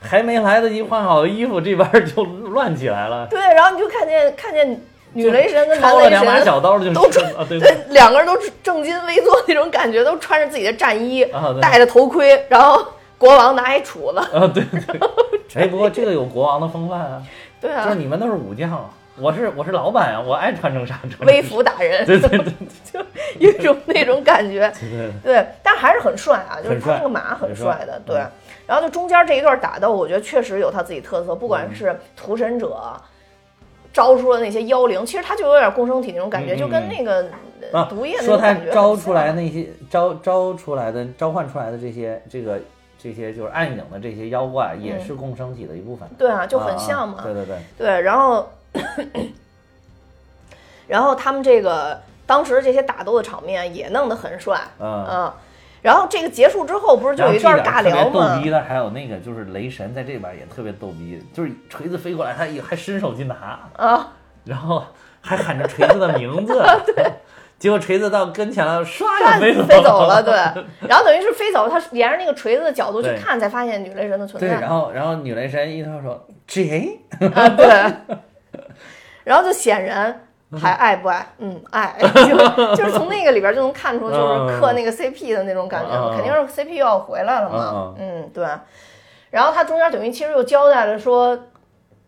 B: 还没来得及换好衣服，这边就乱起来了。
A: 对，然后你就看见看见女雷神跟男
B: 抄了
A: 雷
B: 两把
A: 神
B: 小刀就
A: 都
B: 是
A: 穿
B: 啊，对
A: 对，两个人都正襟危坐那种感觉，都穿着自己的战衣，
B: 啊对
A: 戴着头盔，然后国王拿一杵子，
B: 啊对对。哎，不过这个有国王的风范啊，
A: 对
B: 就是
A: 啊，
B: 你们都是武将，我是我是老板啊，我爱穿成啥穿 成啥
A: 微。服打人，
B: 对对 对对
A: 有一种那种感觉。
B: 对，啊
A: 对，但还是很帅啊，就是
B: 很
A: 他
B: 帅
A: 那个马很
B: 很
A: 帅
B: 帅
A: 的，
B: 嗯
A: 对。然后就中间这一段打斗，我觉得确实有他自己特色，不
B: 嗯
A: 管是屠神者招出的那些妖灵，其实他就有点共生体那种感觉，
B: 嗯嗯
A: 就跟那个呃
B: 啊
A: 毒液那
B: 说
A: 种
B: 他
A: 感觉。
B: 招出来，那些招招出来的召唤出来的这些这个这些就是暗影的这些妖怪，也是共生体的一部分，
A: 对啊，嗯就很
B: 啊
A: 像嘛。
B: 对对对，
A: 对，然后， 然后他们这个当时这些打斗的场面也弄得很帅，
B: 嗯
A: 嗯然后这个结束之后，不是就
B: 然
A: 有
B: 后
A: 一
B: 这
A: 段尬
B: 点特别
A: 聊
B: 逗
A: 吗
B: 逼？的还有那个就是雷神在这边也特别逗逼，就是锤子飞过来，他也还伸手去拿，
A: 啊，
B: 然后还喊着锤子的 名字，结果锤子到跟前了，唰就
A: 但
B: 飞走
A: 飞走 了，对。然后等于是飞走，他沿着那个锤子的角度去
B: 对
A: 看，才发现女雷神的存
B: 对，然
A: 在。
B: 后然后女雷神一掏手，J，
A: 啊，对。然后就显然还爱不爱？嗯，爱， 就就是从那个里边就能看出，就是刻那个 CP 的那种感觉
B: 嗯嗯
A: 嘛，
B: 嗯
A: 肯定是 CP 又要回来了嘛
B: 嗯。
A: 嗯，对。然后他中间等于其实又交代了说，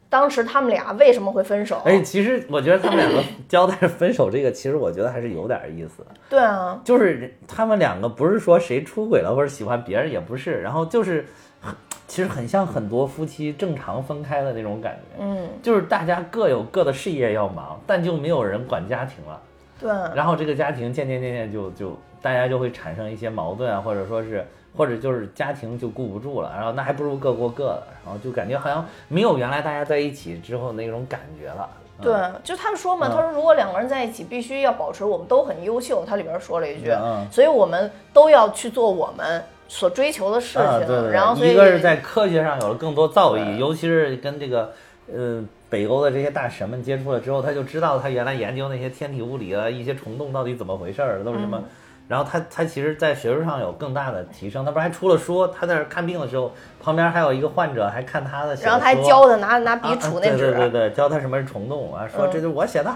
A: 当时他们俩为什么会分手？
B: 哎，其实我觉得他们两个交代分手这个，其实我觉得还是有点意思的，
A: 对啊，
B: 就是他们两个不是说谁出轨了或者喜欢别人，也不是，然后就是很其实很像很多夫妻正常分开的那种感觉，
A: 嗯，
B: 就是大家各有各的事业要忙，但就没有人管家庭了。
A: 对啊，
B: 然后这个家庭渐渐渐渐就就大家就会产生一些矛盾啊，或者说是或者就是家庭就顾不住了，然后那还不如各过各的，然后就感觉好像没有原来大家在一起之后那种感觉了。嗯
A: 对，就他们说嘛，
B: 嗯
A: 他说如果两个人在一起，必须要保持我们都很优秀。他里边说了一句，
B: 嗯
A: 所以我们都要去做我们所追求的事情。
B: 啊，对对对，
A: 然后所以
B: 一个是在科学上有了更多造诣，尤其是跟这个呃北欧的这些大神们接触了之后，他就知道他原来研究那些天体物理啊，一些虫洞到底怎么回事儿，都是什么。
A: 嗯
B: 然后他他其实，在学术上有更大的提升。他不是还出了书？他在那儿看病的时候，旁边还有一个患者还看他的小说，
A: 然后他还教他拿拿笔
B: 啊
A: 杵
B: 啊
A: 那纸，嗯
B: 对对对对，教他什么是虫洞啊，说这就是 我写的。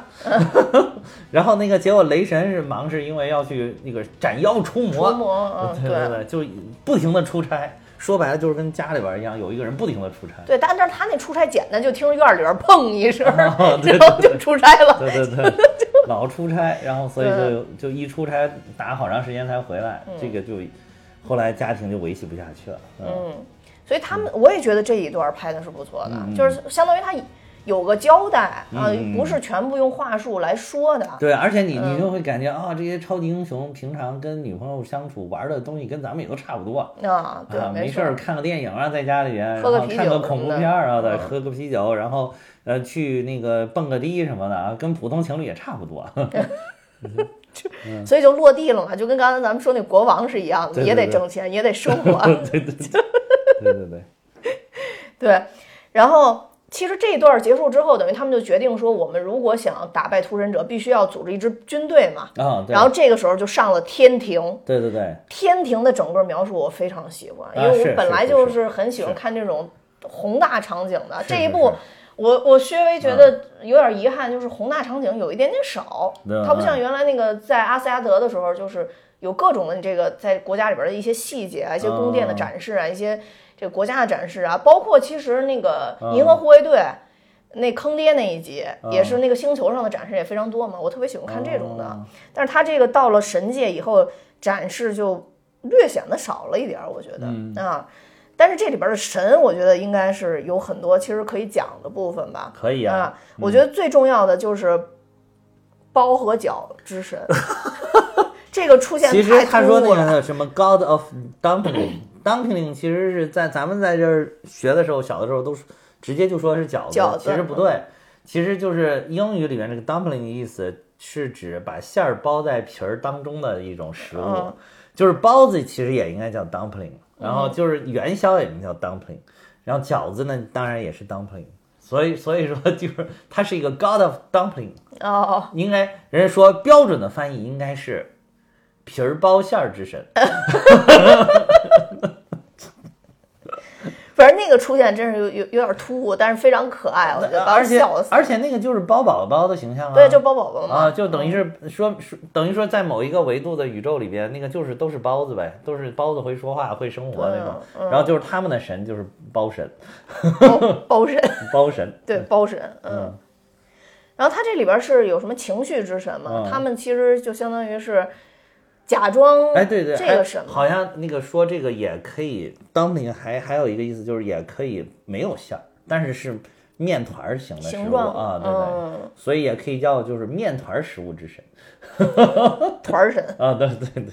B: 然后那个结果雷神是忙，是因为要去那个斩妖除魔，
A: 除魔嗯
B: 对
A: 对
B: 对，就不停的出差，说白了就是跟家里边一样，有一个人不停的出差。
A: 对但但是他那出差简单，就听着院里边砰一声，
B: 哦 对对
A: 然后就出差了。
B: 对对对，
A: 嗯
B: 老出差，然后所以就就一出差打好长时间才回来，这个就后来家庭就维系不下去了。嗯，
A: 所以他们我也觉得这一段拍的是不错的，就是相当于他有个交代、啊
B: 嗯嗯嗯，
A: 不是全部用话术来说的。
B: 对，而且你
A: 嗯
B: 你就会感觉啊，这些超级英雄平常跟女朋友相处玩的东西跟咱们也都差不多。
A: 啊，对，
B: 啊，没事
A: 错
B: 儿，看个电影啊，在家里，然
A: 喝个
B: 后
A: 啤
B: 看个
A: 酒
B: 恐
A: 什
B: 怖
A: 么的
B: 片儿啊，再
A: 嗯
B: 喝个啤酒，然后呃去那个蹦个迪什么的啊，跟普通情侣也差不多。
A: 所以就落地了嘛，就跟刚才咱们说那国王是一样的，
B: 对对
A: 也得
B: 对
A: 挣钱，也得生 活。
B: 对对对对对对，
A: 对，然后其实这一段结束之后，等于他们就决定说，我们如果想打败屠神者，必须要组织一支军队嘛。
B: 啊，对
A: 然后这个时候就上了天庭，
B: 对对对，
A: 天庭的整个描述我非常喜欢，因为
B: 哎啊是
A: 我本来
B: 是
A: 就是是很喜欢看这种宏大场景的。
B: 是
A: 这一
B: 是
A: 部
B: 是嗯
A: 我我稍微觉得有点遗憾，就是宏大场景有一点点少，
B: 对
A: 它不像
B: 嗯
A: 原来那个在阿斯加德的时候，就是有各种的这个在国家里边的一些细节啊，一些宫殿的
B: 嗯
A: 展示啊，一些这个国家的展示啊，包括其实那个
B: 嗯
A: 银河护卫队。那坑爹那一集也
B: 嗯
A: 是那个星球上的展示也非常多嘛，我特别喜欢看这种的。
B: 哦
A: 但是他这个到了神界以后，展示就略显得少了一点，儿，我觉得、
B: 嗯
A: 啊。但是这里边的神，我觉得应该是有很多其实可以讲的部分吧。
B: 可以啊
A: 啊，，我觉得最重要的就是包和脚之 神，这个出现
B: 其实
A: 太
B: 他
A: 突
B: 说那
A: 兀了。
B: 个什么 God of Dumpling Dumpling，其实是在咱们在这儿学的时候，小的时候都是直接就说是饺子，
A: 饺子
B: 其实不对，其实就是英语里面这个 dumpling 的意思是指把馅儿包在皮儿当中的一种食物，
A: 嗯
B: 就是包子其实也应该叫 dumpling，然后就是元宵也能叫 dumpling，然后饺子呢当然也是 dumpling。所以，所以说就是它是一个 God of dumpling，
A: 哦，
B: 应该人家说标准的翻译应该是皮儿包馅儿之神，
A: 反正那个出现真是有有有点突兀，但是非常可爱，我觉得把我
B: 呃而且
A: 笑死。
B: 而且那个就是包宝宝的形象啊，
A: 呃对，就包宝宝嘛。
B: 啊，就等于是说说等于说在某一个维度的宇宙里边，那个就是都是包子呗，都是包子会说话会生活那种，
A: 嗯
B: 然后就是他们的神就是包神，
A: 包包神，
B: 包神，
A: 对，包神，嗯
B: 嗯，
A: 然后他这里边是有什么情绪之神嘛？
B: 嗯
A: 他们其实就相当于是假装
B: 哎对对，
A: 哦这
B: 哎
A: 个神嘛，
B: 好像那个说这个也可以，当那个还还有一个意思就是也可以没有馅儿，但是是面团儿型的食
A: 形
B: 物
A: 状
B: 啊，对对。
A: 嗯，
B: 所以也可以叫就是面团儿食物之神
A: 团儿神，
B: 啊，对对对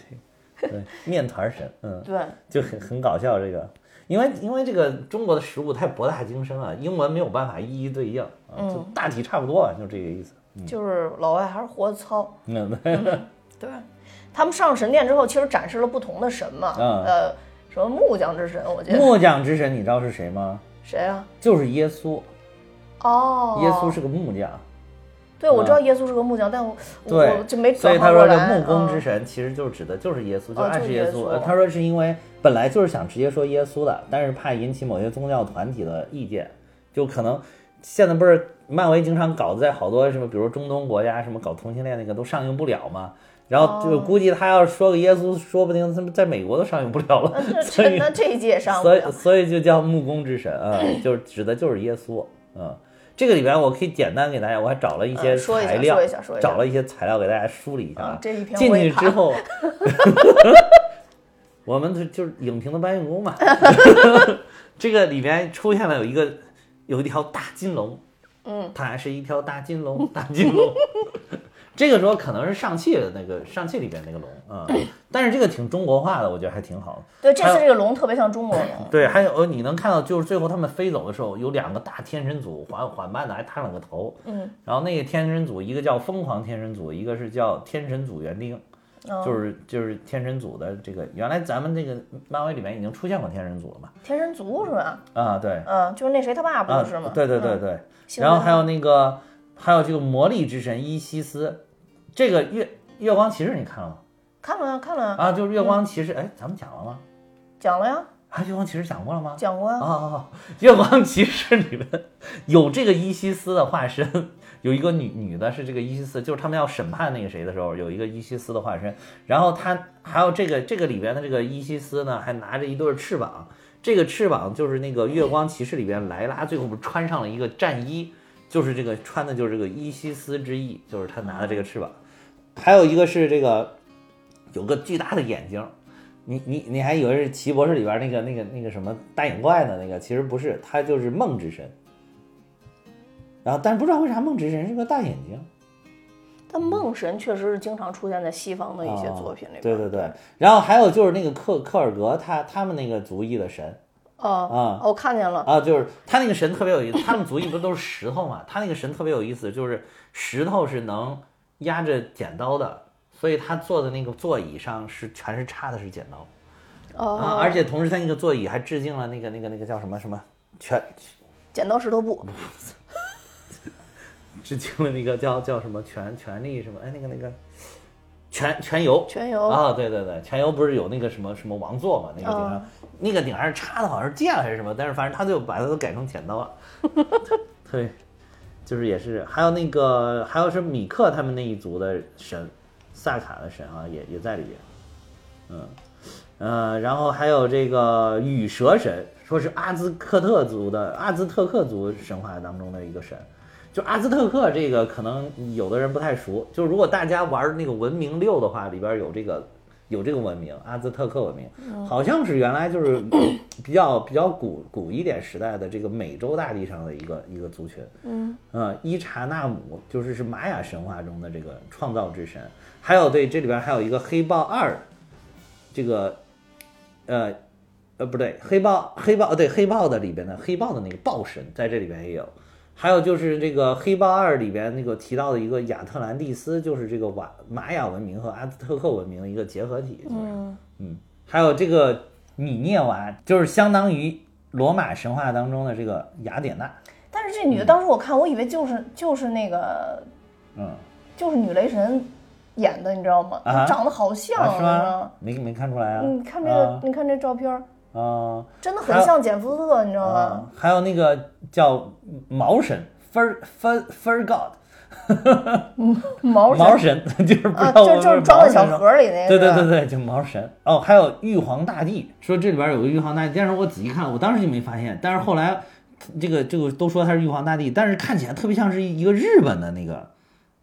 B: 对，面团儿神，嗯，
A: 对，
B: 就很很搞笑这个，因为因为这个中国的食物太博大精深了，英文没有办法一一对应啊，
A: 嗯
B: 就大体差不多啊，就这个意思。
A: 就是老外还是活得糙，
B: 嗯，
A: 对，他们上神殿之后，其实展示了不同的神嘛，
B: 嗯
A: 呃，什么木匠之神，我记得
B: 木匠之神你知道是谁吗？
A: 谁啊？
B: 就是耶稣，
A: 哦，
B: 耶稣，是个木匠，
A: 对，我知道耶稣是个木匠，但我
B: 对
A: 我就没
B: 所
A: 转
B: 以他
A: 化过
B: 说这
A: 来。
B: 木工
A: 嗯
B: 之神其实就是指的就是耶稣，
A: 哦
B: 就暗示
A: 就
B: 耶
A: 是
B: 稣。
A: 耶稣
B: 呃他说是因为本来就是想直接说耶稣的，但是怕引起某些宗教团体的意见，就可能现在不是漫威经常搞得在好多什么，比如中东国家什么搞同性恋那个都上映不了嘛。然后
A: 哦
B: 就估计他要是说个耶稣，说不定他们在美国都上映不了了。
A: 那
B: 所
A: 这
B: 以
A: 那嗯这一届上不
B: 所以
A: 了，
B: 所以就叫木工之神啊， 就是指的就是耶稣。嗯，这个里边我可以简单给大家，我还找了一些
A: 嗯说一下
B: 材料，
A: 说一下说一下
B: 找了一些材料给大家梳理一下。
A: 嗯这一篇
B: 进
A: 我也
B: 去
A: 看
B: 之 后，我们就就是影评的搬运 工嘛。这个里边出现了有一个有一条大金龙，嗯，它是一条大金龙， 大金龙。这个时候可能是上汽的那个上汽里边那个龙啊、 嗯，但是这个挺中国化的，我觉得还挺好的。
A: 对，这
B: 还有
A: 次这个龙特别像中国龙，
B: 对，还有呃你能看到，就是最后他们飞走的时候，有两个大天神组缓缓慢的还探了个头，嗯，然后那个天神组一个叫疯狂天神组，一个是叫天神组园丁，
A: 哦
B: 就是就是天神组的这个原来咱们这个漫威里面已经出现过天神组了嘛，
A: 天神族是吧？
B: 啊对，
A: 嗯，就是那谁他爸
B: 啊
A: 不是吗？嗯
B: 对对对对，
A: 行
B: 然后
A: 吧
B: 还有那个还有这个魔力之神伊西斯，这个月月光骑士你看了吗？
A: 嗯看了呀看了呀，
B: 啊，就是月光骑士，哎，咱们讲了吗？
A: 讲了呀，
B: 啊，月光骑士讲过了吗？
A: 讲过呀。
B: 啊，月光骑士里面有这个伊西斯的化身，有一个女女的是这个伊西斯，就是他们要审判那个谁的时候，有一个伊西斯的化身。然后他还有这个这个里边的这个伊西斯呢，还拿着一对翅膀，这个翅膀就是那个月光骑士里边莱拉最后不是穿上了一个战衣，就是这个穿的就是这个伊西斯之翼，就是他拿的这个翅膀。还有一个是这个有个巨大的眼睛，你你你还以为是《奇异博士》里边那个那个那个什么大眼怪呢？那个其实不是，他就是梦之神。然后，但不知道为啥梦之神是个大眼睛。
A: 但梦神确实是经常出现在西方的一些
B: 啊
A: 作品里边。
B: 对对对，然后还有就是那个克克尔格他他们那个族裔的神
A: 哦，我看见了，
B: 啊，就是他那个神特别有意思，他们族裔不都是石头嘛？他那个神特别有意思，就是石头是能压着剪刀的，所以他坐的那个座椅上是全是插的是剪刀。啊，
A: 哦，
B: 而且同时他那个座椅还致敬了那个那个那个叫什么什么，全
A: 剪刀石头布，
B: 致敬了那个叫叫什么权权力什么哎那个那个全全游
A: 全游
B: 啊对对对全游不是有那个什么什么王座嘛那个顶上、那个顶上插的好像是剑还是什么，但是反正他就把它都改成剪刀了，对，就是也是还有那个还有是米克他们那一族的神萨卡的神啊也也在里边，嗯。呃，然后还有这个羽蛇神，说是阿兹克特族的阿兹特克族神话当中的一个神。就阿兹特克这个，可能有的人不太熟。就是如果大家玩那个文明六的话，里边有这个有这个文明，阿兹特克文明，好像是原来就是比较比较古古一点时代的这个美洲大地上的一个一个族群。嗯，呃，伊查纳姆就是是玛雅神话中的这个创造之神，还有对这里边还有一个黑豹二，这个呃，呃，不对，黑豹黑豹呃对黑豹的里边的黑豹的那个豹神在这里边也有，还有就是这个黑豹二里边那个提到的一个亚特兰蒂斯，就是这个瓦玛雅文明和阿兹特克文明的一个结合体，嗯嗯，还有这个米涅娃，就是相当于罗马神话当中的这个雅典娜，
A: 但是这女的当时我看，我以为就是就是那个
B: 嗯，
A: 就是女雷神演的，你知道吗？
B: 啊
A: 长得好像
B: 啊是吗
A: 啊？
B: 没没看出来啊？
A: 你看这个，你看这照片儿，
B: 啊啊
A: 真的很像简福斯特，你知道吗？
B: 还有那个叫毛神 fur fur fur god。
A: 毛
B: 毛
A: 神
B: 神 就是不
A: 啊，
B: 知道
A: 就
B: 我
A: 就是
B: 是
A: 装
B: 毛
A: 在
B: 神
A: 小
B: 是吧
A: 盒里那个。
B: 对对对对，就毛神哦，还有玉皇大帝，说这里边有个玉皇大帝，但是我仔细看，我当时就没发现，但是后来这个这个都说他是玉皇大帝，但是看起来特别像是一个日本的那个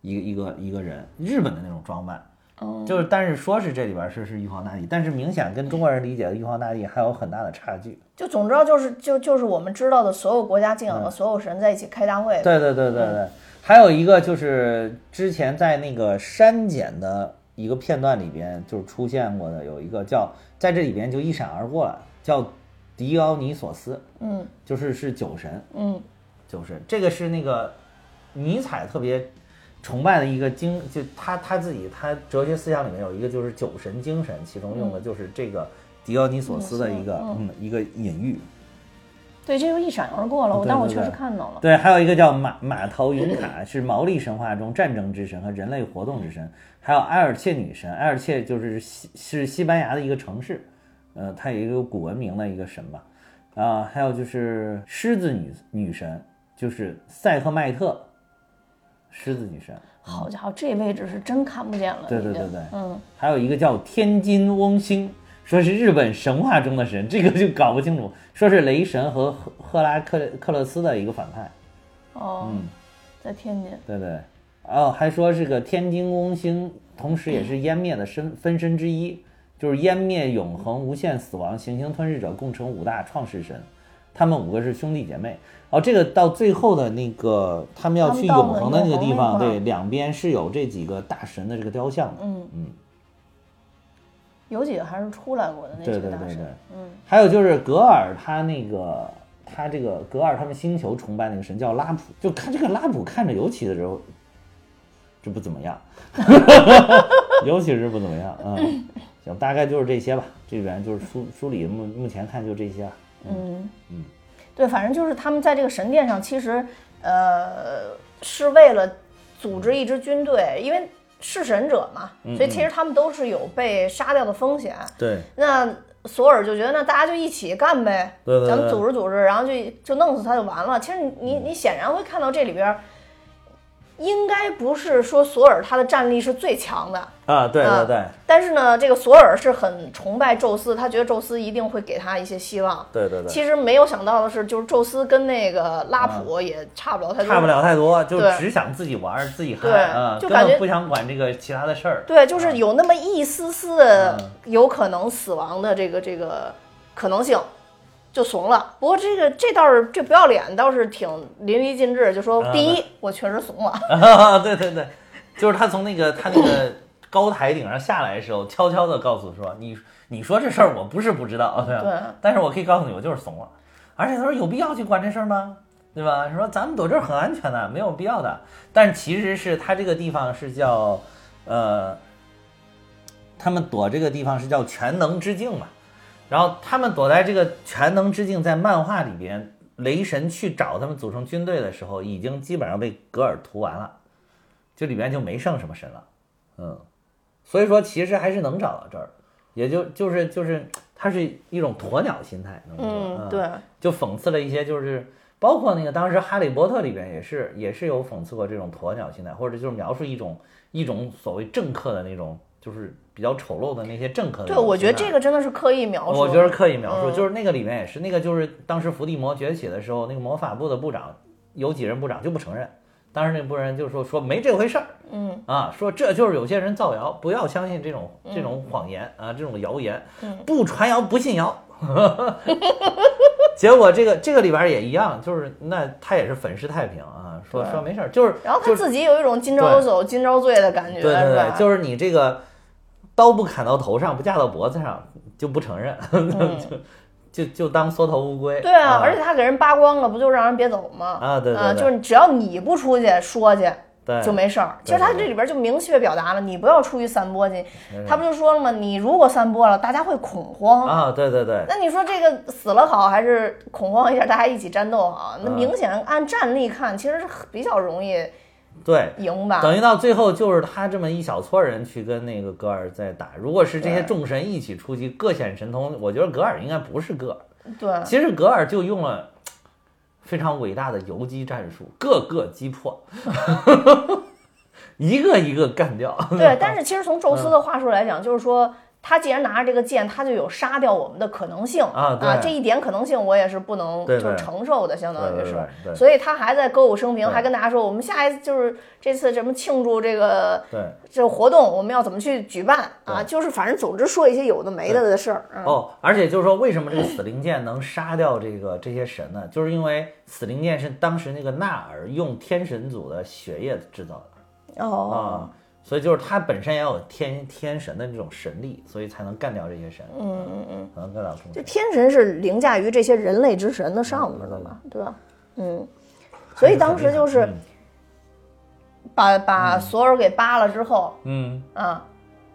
B: 一个一个一个人，日本的那种装扮，
A: 哦
B: 就是但是说是这里边是是玉皇大帝，但是明显跟中国人理解的玉皇大帝还有很大的差距。
A: 就总之就是就就是我们知道的所有国家敬仰的所有神在一起开大会。
B: 对对对对对，还有一个就是之前在那个删减的一个片段里边就是出现过的，有一个叫在这里边就一闪而过了，叫迪奥尼索斯，
A: 嗯
B: 就是是酒神，
A: 嗯
B: 酒神，这个是那个尼采特别崇拜的一个精，就他他自己他哲学思想里面有一个就是酒神精神，其中用的就是这个迪奥尼索斯的一个嗯一个隐喻。
A: 对，这就一闪而过了，我
B: 对
A: 但
B: 对
A: 我
B: 对嗯
A: 确实看到了。
B: 对，还有一个叫马马头云卡，是毛利神话中战争之神和人类活动之神，还有埃尔切女神。埃尔切就是西是西班牙的一个城市，呃，它有一个古文明的一个神吧。啊、还有就是狮子女女神，就是塞赫迈特，狮子女神。
A: 好家伙，这位置是真看不见了。
B: 对对
A: 已经
B: 对对
A: 嗯，
B: 还有一个叫天津翁星，说是日本神话中的神，这个就搞不清楚，说是雷神和赫赫拉克克勒斯的一个反派。
A: 哦，
B: 嗯
A: 在天津。
B: 对对，哦，还说是个天津翁星，同时也是湮灭的身分身之一，就是湮灭、永恒、无限、死亡、行星吞噬者，共成五大创世神，他们五个是兄弟姐妹。哦，这个到最后的那个，他们要
A: 他们
B: 去
A: 到
B: 永
A: 了
B: 恒的那
A: 永
B: 个
A: 恒
B: 地
A: 那
B: 方，
A: 块儿
B: 对，两边是有这几个大神的这个雕像的。
A: 嗯嗯，有几个还是出来过的那
B: 对
A: 几
B: 对
A: 个大
B: 对
A: 神
B: 对，，
A: 嗯，
B: 还有就是格尔他那个。他这个格尔他们星球崇拜那个神叫拉普，就看这个拉普看着尤其的时候，这不怎么样， 尤其是不怎么样啊、嗯。行，大概就是这些吧。这里边就是梳梳理目目前看就这些了。
A: 对，反正就是他们在这个神殿上，其实呃是为了组织一支军队，因为弑神者嘛，
B: 嗯
A: 所以其实他们都是有被杀掉的风险。
B: 对
A: 那索尔就觉得，那大家就一起干呗，
B: 对对对
A: 咱们组织组织，然后就就弄死他就完了。其实你你你显然会看到这里边儿应该不是说索尔他的战力是最强的，
B: 啊，对对对
A: 啊但是呢，这个索尔是很崇拜宙斯，他觉得宙斯一定会给他一些希望。
B: 对对对，
A: 其实没有想到的是，就是宙斯跟那个拉普也差不了太多，
B: 差不。了太多，就
A: 对
B: 只想自己玩儿自己嗨
A: 对
B: 啊，
A: 就
B: 根
A: 感
B: 本
A: 觉
B: 不想管这个其他的事儿。
A: 对，就是有那么一丝丝
B: 嗯
A: 的有可能死亡的这个这个可能性，就怂了。不过这个这倒是这不要脸倒是挺淋漓尽致，就说
B: 嗯
A: 第一，我确实怂了，
B: 啊， 对对对，就是他从那个他那个高台顶上下来的时候，悄悄的告诉说：“你你说这事儿我不是不知道，对吧？
A: 对
B: 但是我可以告诉你，我就是怂了。而且他说有必要去管这事儿吗？对吧？说咱们躲这儿很安全的，没有必要的。但是其实是他这个地方是叫，呃，他们躲这个地方是叫全能之境嘛。然后他们躲在这个全能之境，在漫画里边，雷神去找他们组成军队的时候，已经基本上被格尔屠完了，就里边就没剩什么神了，嗯，所以说其实还是能找到这儿，也就就是就是它是一种鸵鸟心态，能说
A: 嗯，，对，
B: 就讽刺了一些就是。包括那个当时《哈利波特》里边也是也是有讽刺过这种鸵鸟心态，或者就是描述一种一种所谓政客的那种，就是比较丑陋的那些政客的那
A: 对，
B: 种
A: 我觉得
B: 心态
A: 这个真的是刻意描述，
B: 我觉得刻意描述，
A: 嗯
B: 就是那个里面也是，那个就是当时伏地魔崛起的时候，那个魔法部的部长有几任部长就不承认，当时那部分人就说说没这回事儿
A: 嗯
B: 啊，说这就是有些人造谣，不要相信这种这种谎言啊，这种谣言
A: 嗯，
B: 不传谣不信 谣。结果这个这个里边也一样，就是那他也是粉饰太平啊，说
A: 对
B: 说没事儿，就是
A: 然后
B: 就
A: 他
B: 是
A: 自己有一种今朝有酒今朝醉的感觉，
B: 对对
A: 是吧
B: 对，？就是你这个刀不砍到头上，不架到脖子上，就不承认， 就就就当缩头乌龟。
A: 嗯对啊，而且他给人扒光了，不就让人别走吗？
B: 啊对对对
A: 就是只要你不出去说去，
B: 对
A: 就没事儿。其实他
B: 哎对对
A: 这里边就明确表达了，你不要出去散播去。他不就说了吗？你如果散播了，大家会恐慌。
B: 啊，对对对
A: 那你说这个死了好，还是恐慌一下，大家一起战斗好？那
B: 嗯
A: 明显按战力看，其实是比较容易
B: 对，
A: 赢吧？
B: 等于到最后就是他这么一小撮人去跟那个戈尔在打。如果是这些
A: 对
B: 众神一起出击，各显神通，我觉得戈尔应该不是戈尔。
A: 对，
B: 其实戈尔就用了非常伟大的游击战术，各个击破， 一个一个干掉。
A: 对，但是其实从宙斯的话术来讲，就是说他既然拿着这个剑，他就有杀掉我们的可能性
B: 啊对
A: 这一点可能性我也是不能
B: 对
A: 就
B: 对
A: 是承受的，相当于
B: 对对
A: 是
B: 对。对
A: 所以他还在歌舞升平，
B: 对
A: 还跟大家说我们下一就是这次什么庆祝这个
B: 对。
A: 这个活动，我们要怎么去举办啊？
B: 对
A: 就是反正总之说一些有的没的的事儿。嗯
B: 哦，而且就是说，为什么这个死灵剑能杀掉这个这些神呢？就是因为死灵剑是当时那个纳尔用天神组的血液制造的
A: 哦，
B: 啊，所以就是它本身也有天天神的这种神力，所以才能干掉这些神，
A: 嗯嗯嗯，
B: 才能干掉众
A: 就
B: 神。
A: 天神是凌驾于这些人类之神的上面的嘛，对吧？嗯，所以当时就是把把索尔给扒了之后。
B: 嗯，
A: 啊，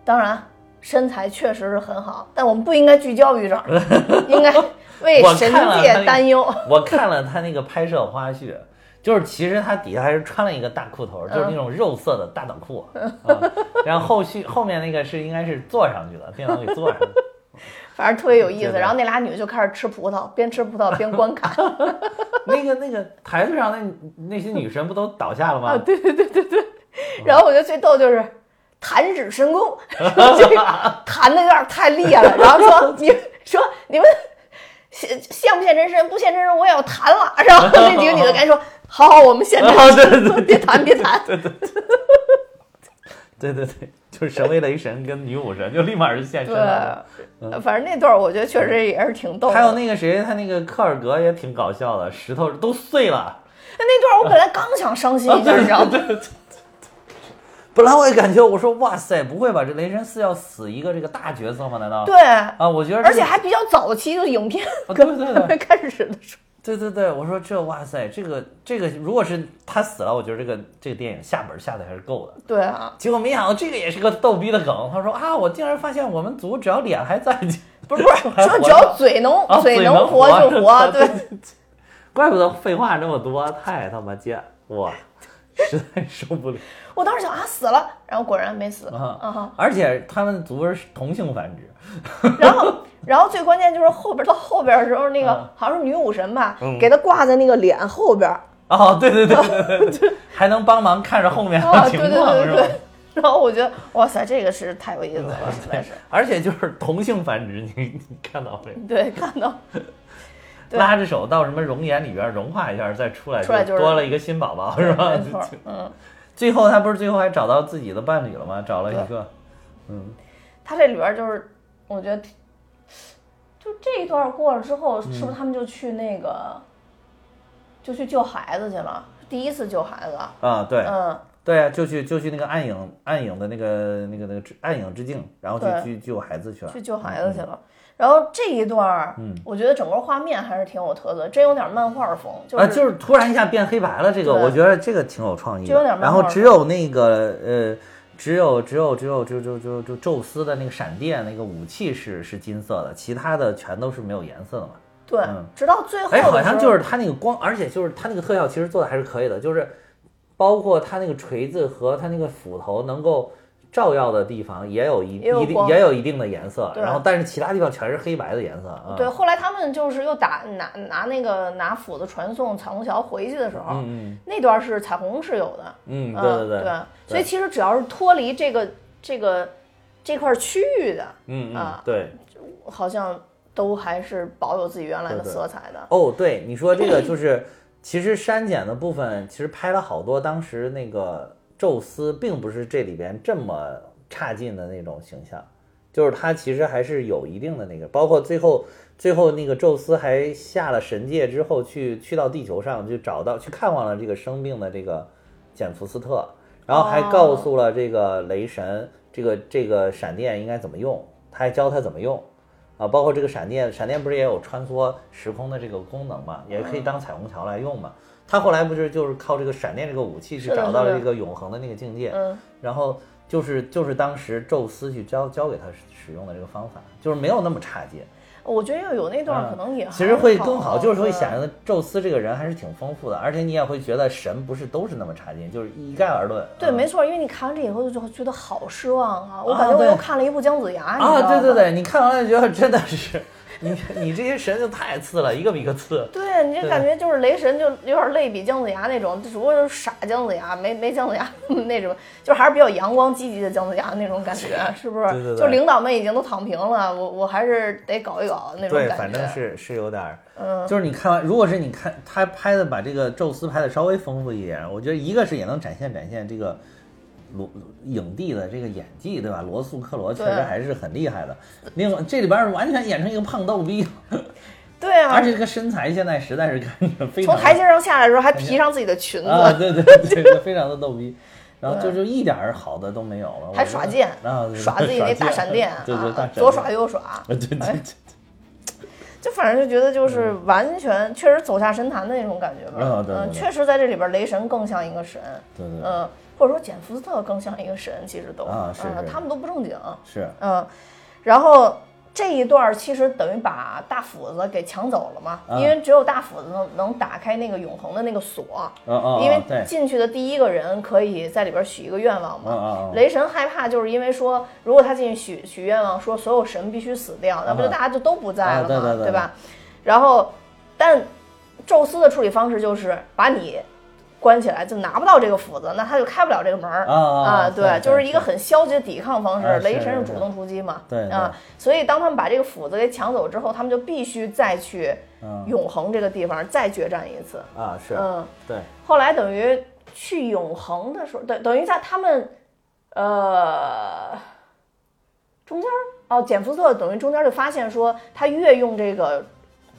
A: 当然身材确实是很好，但我们不应该聚焦于这儿，应 该为
B: 我
A: 神
B: 看了他那
A: 界
B: 个
A: 担忧。
B: 嗯，我看了他那个拍摄花絮。就是其实他底下还是穿了一个大裤头，就是
A: 嗯
B: 那种肉色的大短裤，啊，然后后续后面那个是应该是坐上去的，电脑给坐上去的，
A: 反正特别有意
B: 对
A: 思。
B: 对
A: 然后那俩女就开始吃葡萄，边吃葡萄边观看。
B: 那个那个台子上那那些女神不都倒下了
A: 啊
B: 吗？对，啊
A: 然后我觉得最逗就是弹指神功， 这 个弹的有点太厉害了。然后说你说你们现现不现真身？不现真身我也要弹了。然后那几个女的赶紧说：“好好，我们现真
B: 啊
A: 身，
B: 对对对
A: 别弹别 弹。”
B: 对对对，就是神威雷神跟女武神就立马就现身
A: 对
B: 了。，
A: 反正那段儿我觉得确实也是挺逗的。
B: 嗯还有那个谁，他那个克尔格也挺搞笑的，石头都碎了。
A: 那那段我本来刚想伤心一下，你知 道吗？
B: 本来我也感觉，我说哇塞，不会吧？这雷神四要死一个这个大角色吗？难道？
A: 对，
B: 啊，我觉得这个，
A: 而且还比较早期，就影 片
B: 啊对
A: 跟
B: 对
A: 还没
B: 对
A: 开始的时
B: 对对对，我说这哇塞，这个这个，如果是他死了，我觉得这个这个电影下本下的还是够的。
A: 候。对啊，
B: 结果没想到这个也是个逗逼的梗，他说啊，我竟然发现我们组只要脸还在，
A: 不 是不是，
B: 还
A: 说
B: 活
A: 只要
B: 着
A: 嘴能、
B: 啊，
A: 嘴能
B: 活
A: 就 活，对，
B: 怪不得废话这么多，太他妈贱，我实在受 不了
A: 我当时想啊死了，然后果然没死啊
B: 啊
A: 哈！
B: 而且他们族是同性繁殖，
A: 然后 然后最关键就是后边到后边的时候，那个
B: 啊
A: 好像是女武神吧
B: 嗯，
A: 给她挂在那个脸后边儿，
B: 哦，对对对对对对，还能帮忙看着后 面
A: 啊，
B: 的
A: 对
B: 情
A: 对
B: 况
A: 对
B: 是
A: 对
B: 吧嗯
A: 对？。然后我觉得，哇塞，这个是太有意思了，实在是。
B: 哎而且就是同性繁殖，你你看到没有？
A: 对，看到对
B: 拉着手到什么熔岩里边融化一下，再出来，
A: 出来就是
B: 多了一个新宝宝，是吧
A: 没？错，嗯，
B: 最后他不是最后还找到自己的伴侣了吗？找了一个，嗯，
A: 他这里边就是，我觉得挺，就这一段过了之后，是不
B: 嗯
A: 是他们就去那个，就去救孩子去了？第一次救孩子，
B: 啊，对，
A: 嗯，
B: 对啊，就去就去那个暗影暗影的那个那个那个致暗影之境，然后
A: 对
B: 去去救孩子去了
A: 去。救孩子去了。然后这一段儿，
B: 嗯
A: 我觉得整个画面还是挺有特色，真有点漫画风，就是、
B: 啊，就是突然一下变黑白了，这个
A: 对
B: 我觉得这个挺有创意
A: 就有
B: 的
A: 点。漫
B: 然
A: 画
B: 后只有那个呃，只有只有只有只有只有只有只有宙斯的那个闪电那个武器是是金色的，其他的全都是没有颜色的嘛。
A: 对，
B: 嗯
A: 直到最后的
B: 哎，
A: 时候，
B: 好像就是它那个光，而且就是它那个特效其实做的还是可以的，就是包括它那个锤子和它那个斧头能够照耀的地方也有一
A: 也有
B: 一定
A: 光
B: 也有一定的颜色，
A: 对
B: 然后但是其他地方全是黑白的颜色啊。
A: 对，后来他们就是又打拿拿那个拿斧子传送彩虹桥回去的时候，
B: 嗯
A: 那段是彩虹是有的，
B: 嗯嗯，
A: 嗯
B: 对对
A: 对
B: 对，
A: 所以其实只要是脱离这个这个这块区域的，
B: 嗯嗯
A: 啊
B: 对。
A: 好像都还是保有自己原来的色彩的，
B: 哦，对，你说这个就是，其实删减的部分其实拍了好多，当时那个宙斯并不是这里边这么差劲的那种形象，就是他其实还是有一定的那个，包括最后最后那个宙斯还下了神界之后去去到地球上去找到去看望了这个生病的这个简福斯特，然后还告诉了这个雷神这个这个闪电应该怎么用，他还教他怎么用。啊，包括这个闪电，闪电不是也有穿梭时空的这个功能嘛，也
A: 嗯
B: 可以当彩虹桥来用嘛。他后来不是就是靠这个闪电这个武器去
A: 是的
B: 找到
A: 是
B: 了
A: 的
B: 这个永恒的那个境界，
A: 嗯，
B: 然后就是就是当时宙斯去教教给他使用的这个方法，就是没有那么差劲，
A: 我觉得要有那段
B: 嗯
A: 可能也还
B: 其实会更好，就是会
A: 对
B: 显得宙斯这个人还是挺丰富的，而且你也会觉得神不是都是那么差劲，就是一概而论。
A: 对，
B: 嗯
A: 没错，因为你看完这以后就就觉得好失望啊！我
B: 啊
A: 感觉我又
B: 对
A: 看了一部姜子牙
B: 啊，对
A: 你知
B: 对，
A: 道吗
B: 对，你看完了觉得真的是，你你这些神就太次了，一个比一个次。
A: 对你这
B: 对
A: 感觉就是雷神就有点类比姜子牙那种，只不过就是傻姜子牙，没没姜子牙那种，就还是比较阳光积极的姜子牙那种感觉，啊是不是？
B: 对对对
A: 就领导们已经都躺平了，我我还是得搞一搞那种感
B: 对，
A: 觉。
B: 反正是是有点儿，
A: 嗯，
B: 就是你看完，如果是你看他拍的，把这个宙斯拍的稍微丰富一点，我觉得一个是也能展现展现这个罗影帝的这个演技，对吧？罗素克罗确实
A: 对
B: 还是很厉害的。另外这里边儿完全演成一个胖逗逼，
A: 对啊
B: 而，且这个身材现在实在是看着非常
A: 从台阶上下来的时候还披上自己的裙子，
B: 啊，对对对，对非常的逗逼。然后就就一点儿好的都没有了，我
A: 还
B: 觉
A: 耍
B: 得
A: 剑
B: 啊，对
A: 耍自己那大闪电
B: 对对，大
A: 啊
B: 闪，
A: 左
B: 电
A: 耍哎右耍，
B: 啊，对对对，
A: 就反正就觉得就是完全确实走下神坛的那种感觉吧。
B: 嗯啊对对
A: 嗯，
B: 对
A: 确实在这里边雷神更像一个神，
B: 对对
A: 嗯，或者说简福斯特更像一个神，其实都
B: 啊是
A: 嗯
B: 是
A: 他们都不正经，
B: 是，
A: 嗯，然后。这一段其实等于把大斧子给抢走了嘛，
B: 啊
A: 因为只有大斧子能能打开那个永恒的那个锁，
B: 哦哦，
A: 因为
B: 对，
A: 进去的第一个人可以在里边许一个愿望
B: 啊啊
A: 嘛
B: 啊。
A: 雷神害怕，就是因为说，如果他进去许许愿望，说所有神必须死掉，那不就
B: 啊
A: 大家就都不在了
B: 啊对对
A: 嘛，
B: 对
A: 对吧？然后，但宙斯的处理方式就是把你关起来，就拿不到这个斧子，那他就开不了这个门儿
B: 啊啊啊对
A: 对，
B: 对
A: 就是一个很消极的抵抗方式
B: 啊。是
A: 雷神
B: 是
A: 是
B: 是
A: 主动出击嘛，
B: 对对
A: 啊，所以当他们把这个斧子给抢走之后，他们就必须再去
B: 嗯
A: 永恒这个地方再决战一次，
B: 啊是，
A: 嗯。
B: 对，
A: 后来等于去永恒的时候，等等于在他们，呃，中间儿哦，简福斯特等于中间儿就发现说，他越用这个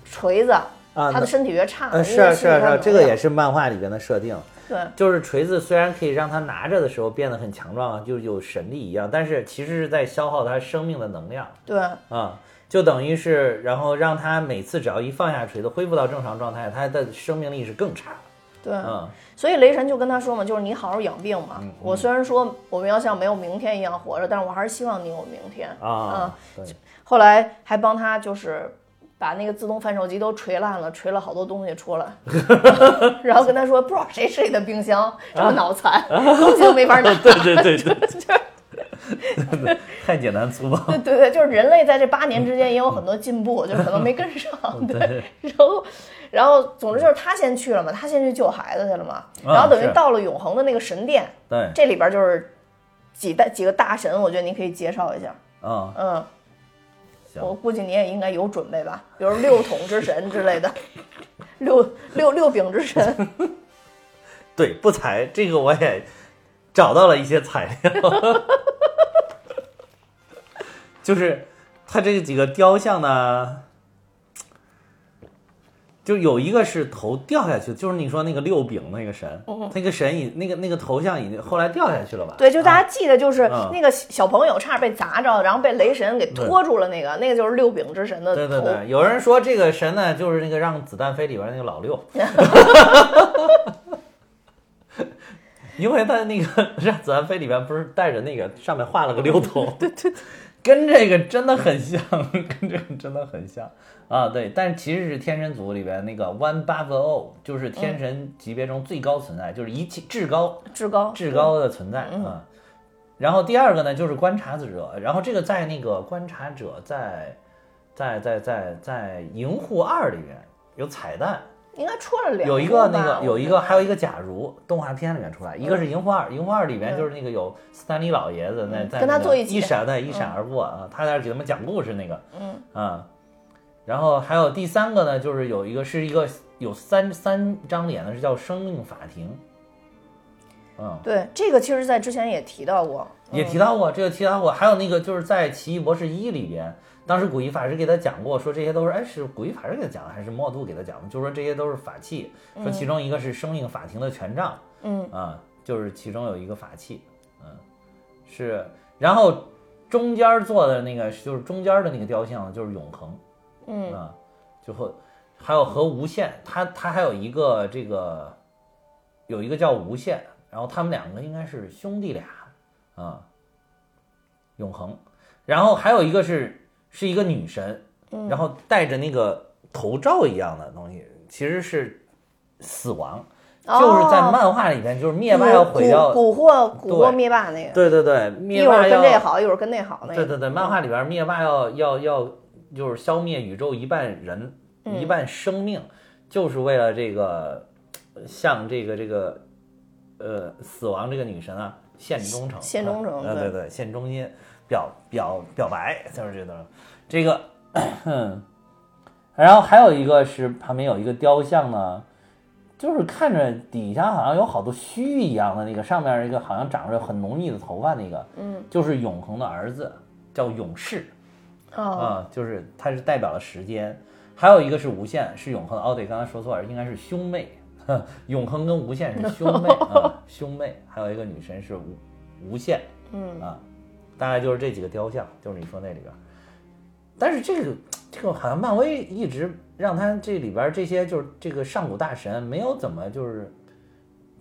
A: 锤子，
B: 啊
A: 他
B: 那
A: 的身体越差。
B: 呃，
A: 因为
B: 是啊
A: 身体
B: 是啊是
A: 上
B: 啊，
A: 有
B: 这个
A: 能
B: 也
A: 量
B: 是漫画里边的设定，
A: 对。
B: 就是锤子虽然可以让他拿着的时候变得很强壮，啊就有神力一样，但是其实是在消耗他生命的能量
A: 对
B: 啊、就等于是，然后让他每次只要一放下锤子，恢复到正常状态，他的生命力是更差
A: 对、
B: 啊、
A: 所以雷神就跟他说嘛，就是你好好养病
B: 嗯
A: 嘛。我虽然说我们要像没有明天一样活着，但是我还是希望你有明天
B: 啊，
A: 嗯
B: 对，
A: 后来还帮他就是把那个自动贩售机都锤烂了，锤了好多东西出来， 然后跟他说不知道谁是你的冰箱，这么脑残，东西都没法拿。
B: 对对对对，
A: 就是
B: 太简单粗暴。
A: 对对对，就是人类在这八年之间也有很多进步，就是可能没跟上。对，
B: 对，
A: 然后，然后，总之就是他先去了嘛，他先去救孩子去了嘛，然后等于
B: 是
A: 到了永恒的那个神殿，
B: 对，
A: 这里边就是几大几个大神，我觉得你可以介绍一下。
B: 嗯，
A: 嗯，
B: 行
A: 我估计你也应该有准备吧，比如六桶之神之类的， 六六六饼之神。
B: 对，不才这个我也找到了一些材料， 就是他这几个雕像呢，就有一个是头掉下去，就是你说那个六柄那个神，那个神已那个那个头像已经后来掉下去了吧？
A: 对，就大
B: 啊
A: 家记得，就是
B: 嗯
A: 那个小朋友差点被砸着，然后被雷神给拖住了，那个那个就是六饼之神的头。
B: 对对对，有人说这个神呢，就是那个《让子弹飞》里边那个老 六，因为他那个《让子弹飞》里边不是带着那个上面画了个六头， 对对跟这个真的很像，跟这个真的很像啊！对，但其实是天神族里边那个 One Above All，就是天神级别中最高存在，就是一切至高
A: 至高
B: 至高的存在啊、
A: 嗯
B: 然后第二个呢，就是观察者，然后这个在那个观察者在在在在在《银护二》里面有彩蛋，
A: 应该戳了两
B: 有一个那
A: 吧
B: 个有一个还有一个假如动画片里面出来，一个是《银护二》，《银护二》里面就是那个有斯坦利老爷子那
A: 嗯
B: 在
A: 跟他
B: 那个
A: 坐一起嗯
B: 一闪对一闪而过啊，他在那儿给他们讲故事那个，嗯啊，然后还有第三个呢，就是有一个是一个有三三张脸的是叫生命法庭，嗯。
A: 对这个，其实在之前也提到过，
B: 也提到过，这个提到过，还有那个就是在《奇异博士一》里边，当时古一法师给他讲过，说这些都是，哎，是古一法师给他讲的，还是莫度给他讲的？就说这些都是法器，说其中一个是生命法庭的权杖，
A: 嗯
B: 啊，就是其中有一个法器，嗯，是，然后中间做的那个就是中间的那个雕像就是永恒，
A: 嗯
B: 啊，就后还有和无限，它它还有一个这个有一个叫无限，然后他们两个应该是兄弟俩，啊，永恒，然后还有一个是是一个女神，
A: 嗯
B: 然后戴着那个头罩一样的东西，其实是死亡，就是在
A: 哦
B: 漫画里面，就是灭霸要毁掉，
A: 蛊蛊惑蛊惑
B: 对
A: 灭霸那个，
B: 对对对，
A: 一
B: 灭
A: 会儿
B: 霸
A: 跟这
B: 要，
A: 好，一会儿跟那好，那
B: 对
A: 个
B: 对对，漫画里边灭霸要要要就是消灭宇宙一半人、
A: 嗯
B: 一半生命，就是为了这个呃向这个这个呃死亡这个女神啊献忠诚，
A: 献忠诚
B: 啊对
A: 对
B: 对，献忠心表表表白，就是这东西，这个。嗯然后还有一个是旁边有一个雕像呢，就是看着底下好像有好多须一样的那个，上面一个好像长着很浓密的头发那个，嗯，就是永恒的儿子，叫永世
A: 哦，
B: 啊、就是它是代表了时间。还有一个是无限，是永恒的。哦，对，刚才说错了，应该是兄妹， 呵永恒跟无限是兄 妹啊、兄妹。还有一个女神是无无限，
A: 嗯
B: 啊，大概就是这几个雕像，就是你说那里边儿。但是这个这个好像漫威一直让他这里边儿这些就是这个上古大神没有怎么就是